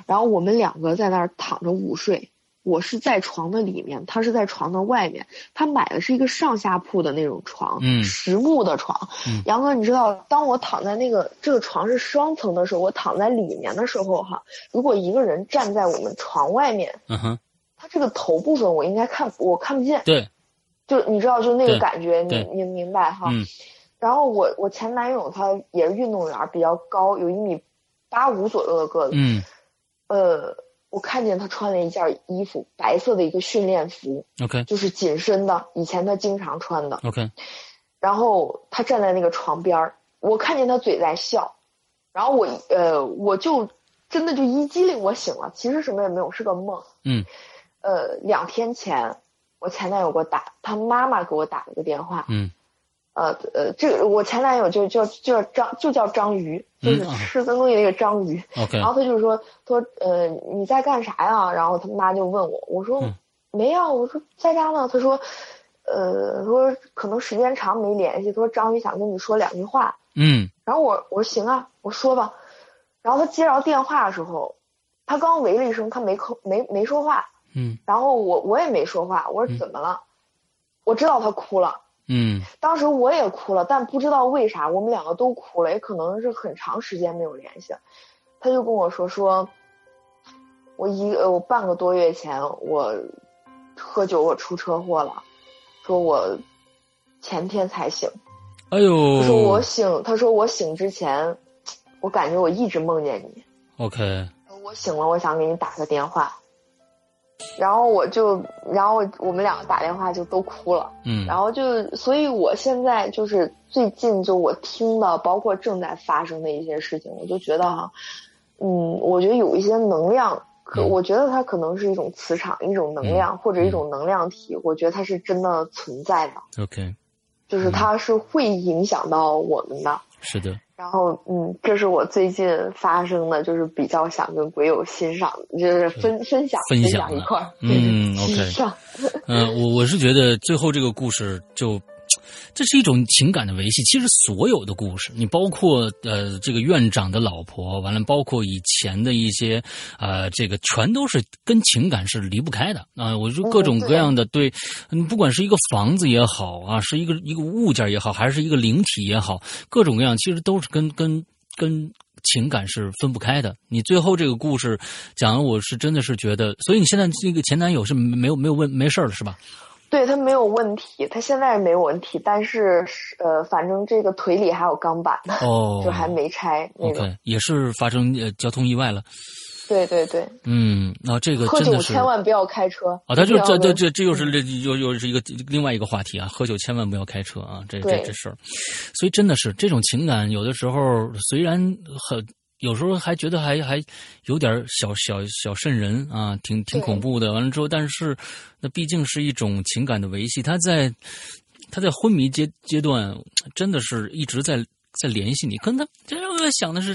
然后我们两个在那儿躺着午睡。我是在床的里面，他是在床的外面。他买的是一个上下铺的那种床，
嗯
实木的床。
嗯
杨哥，你知道，当我躺在那个这个床是双层的时候，我躺在里面的时候，哈，如果一个人站在我们床外面，
嗯哼，
他这个头部分我应该看我看不见，
对，
就是你知道，就那
对
个感觉，你
对
你明白哈？
嗯
然后我我前男友他也是运动员，比较高，有一米八五左右的个子。
嗯
呃，我看见他穿了一件衣服，白色的一个训练服，
，OK
就是紧身的，以前他经常穿的。
OK，
然后他站在那个床边儿，我看见他嘴在笑，然后我呃我就真的就一激灵我醒了，其实什么也没有，是个梦。
嗯
呃，两天前我前男友给我打，他妈妈给我打了个电话，
嗯
呃呃，这个我前男友就就就叫张就叫章鱼，就是
嗯啊
吃曾东西那个章鱼。
，OK，
然后他就说说呃你在干啥呀？然后他妈就问我，我说、
嗯
没有，我说在家呢。他说呃说可能时间长没联系，他说章鱼想跟你说两句话。
嗯
然后我我说行啊，我说吧。然后他接着电话的时候，他刚喂了一声，他没吭没没说话。
嗯
然后我我也没说话，我说
嗯
怎么了？我知道他哭了。
嗯
当时我也哭了，但不知道为啥，我们两个都哭了，也可能是很长时间没有联系了。他就跟我说说，我一呃我半个多月前我喝酒我出车祸了，说我前天才醒。
哎
他说我
呦
醒，他说我醒之前，我感觉我一直梦见你。
，OK，
我醒了，我想给你打个电话。然后我就，然后我们两个打电话就都哭了。
嗯
然后就，所以我现在就是最近就我听到，包括正在发生的一些事情，我就觉得哈，嗯，我觉得有一些能量，可
嗯
我觉得它可能是一种磁场，一种能量、或者一种能量体，我觉得它是真的存在的，
，OK，嗯
就是它是会影响到我们的。
是的，
然后，嗯，这是我最近发生的，就是比较想跟鬼友欣赏，就是分分享
分享
享一
的
块儿，
嗯
对对
OK
欣赏
嗯，我我是觉得最后这个故事就这是一种情感的维系。其实所有的故事，你包括呃这个院长的老婆，完了包括以前的一些呃这个，全都是跟情感是离不开的啊、我就各种各样的对，嗯不管是一个房子也好啊，是一个一个物件也好，还是一个灵体也好，各种各样其实都是跟跟跟情感是分不开的。你最后这个故事讲的，我是真的是觉得，所以你现在这个前男友是没没有没有问没事儿了是吧？
对他没有问题，他现在没有问题，但是呃，反正这个腿里还有钢板呢，
哦
就还没拆那个。
OK，也是发生呃交通意外了。
对对对，
嗯，那、这个
喝
真
酒
的是
千万不要开车
啊，他就
不
这
要
这这这又
嗯
是又又是一个另外一个话题啊，喝酒千万不要开车啊，这这
对
这事儿，所以真的是这种情感，有的时候虽然很。有时候还觉得还还有点小小小瘆人啊，挺挺
对
恐怖的。完了之后，但是那毕竟是一种情感的维系，他在他在昏迷阶阶段真的是一直在在联系你，可能他这让我想的是，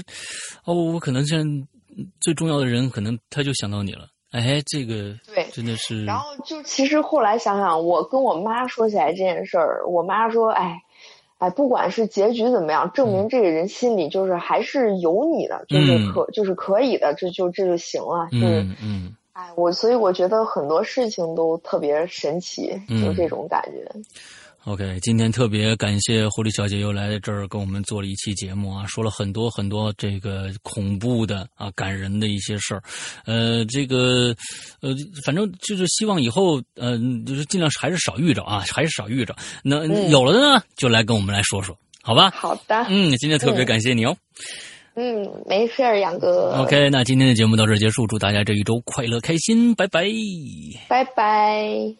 哦，我可能现在最重要的人，可能他就想到你了。哎，这个
对
真的是，
然后就其实后来想想，我跟我妈说起来这件事儿，我妈说：“哎，哎，不管是结局怎么样，证
嗯
明这个人心里就是还是有你的，就是可就是可以的，这就这就行了。”就是
嗯嗯，
哎，我所以我觉得很多事情都特别神奇，
嗯
就这种感觉。
OK，今天特别感谢狐狸小姐又来这儿跟我们做了一期节目啊，说了很多很多这个恐怖的啊、感人的一些事儿，呃，这个呃，反正就是希望以后呃，就是尽量还是少遇着啊，还是少遇着。那
嗯
有了的呢，就来跟我们来说说，好吧？
好的，
嗯，今天特别感谢你哦。
嗯，没事儿，杨哥
OK，那今天的节目到这儿结束，祝大家这一周快乐开心，拜拜。
拜拜。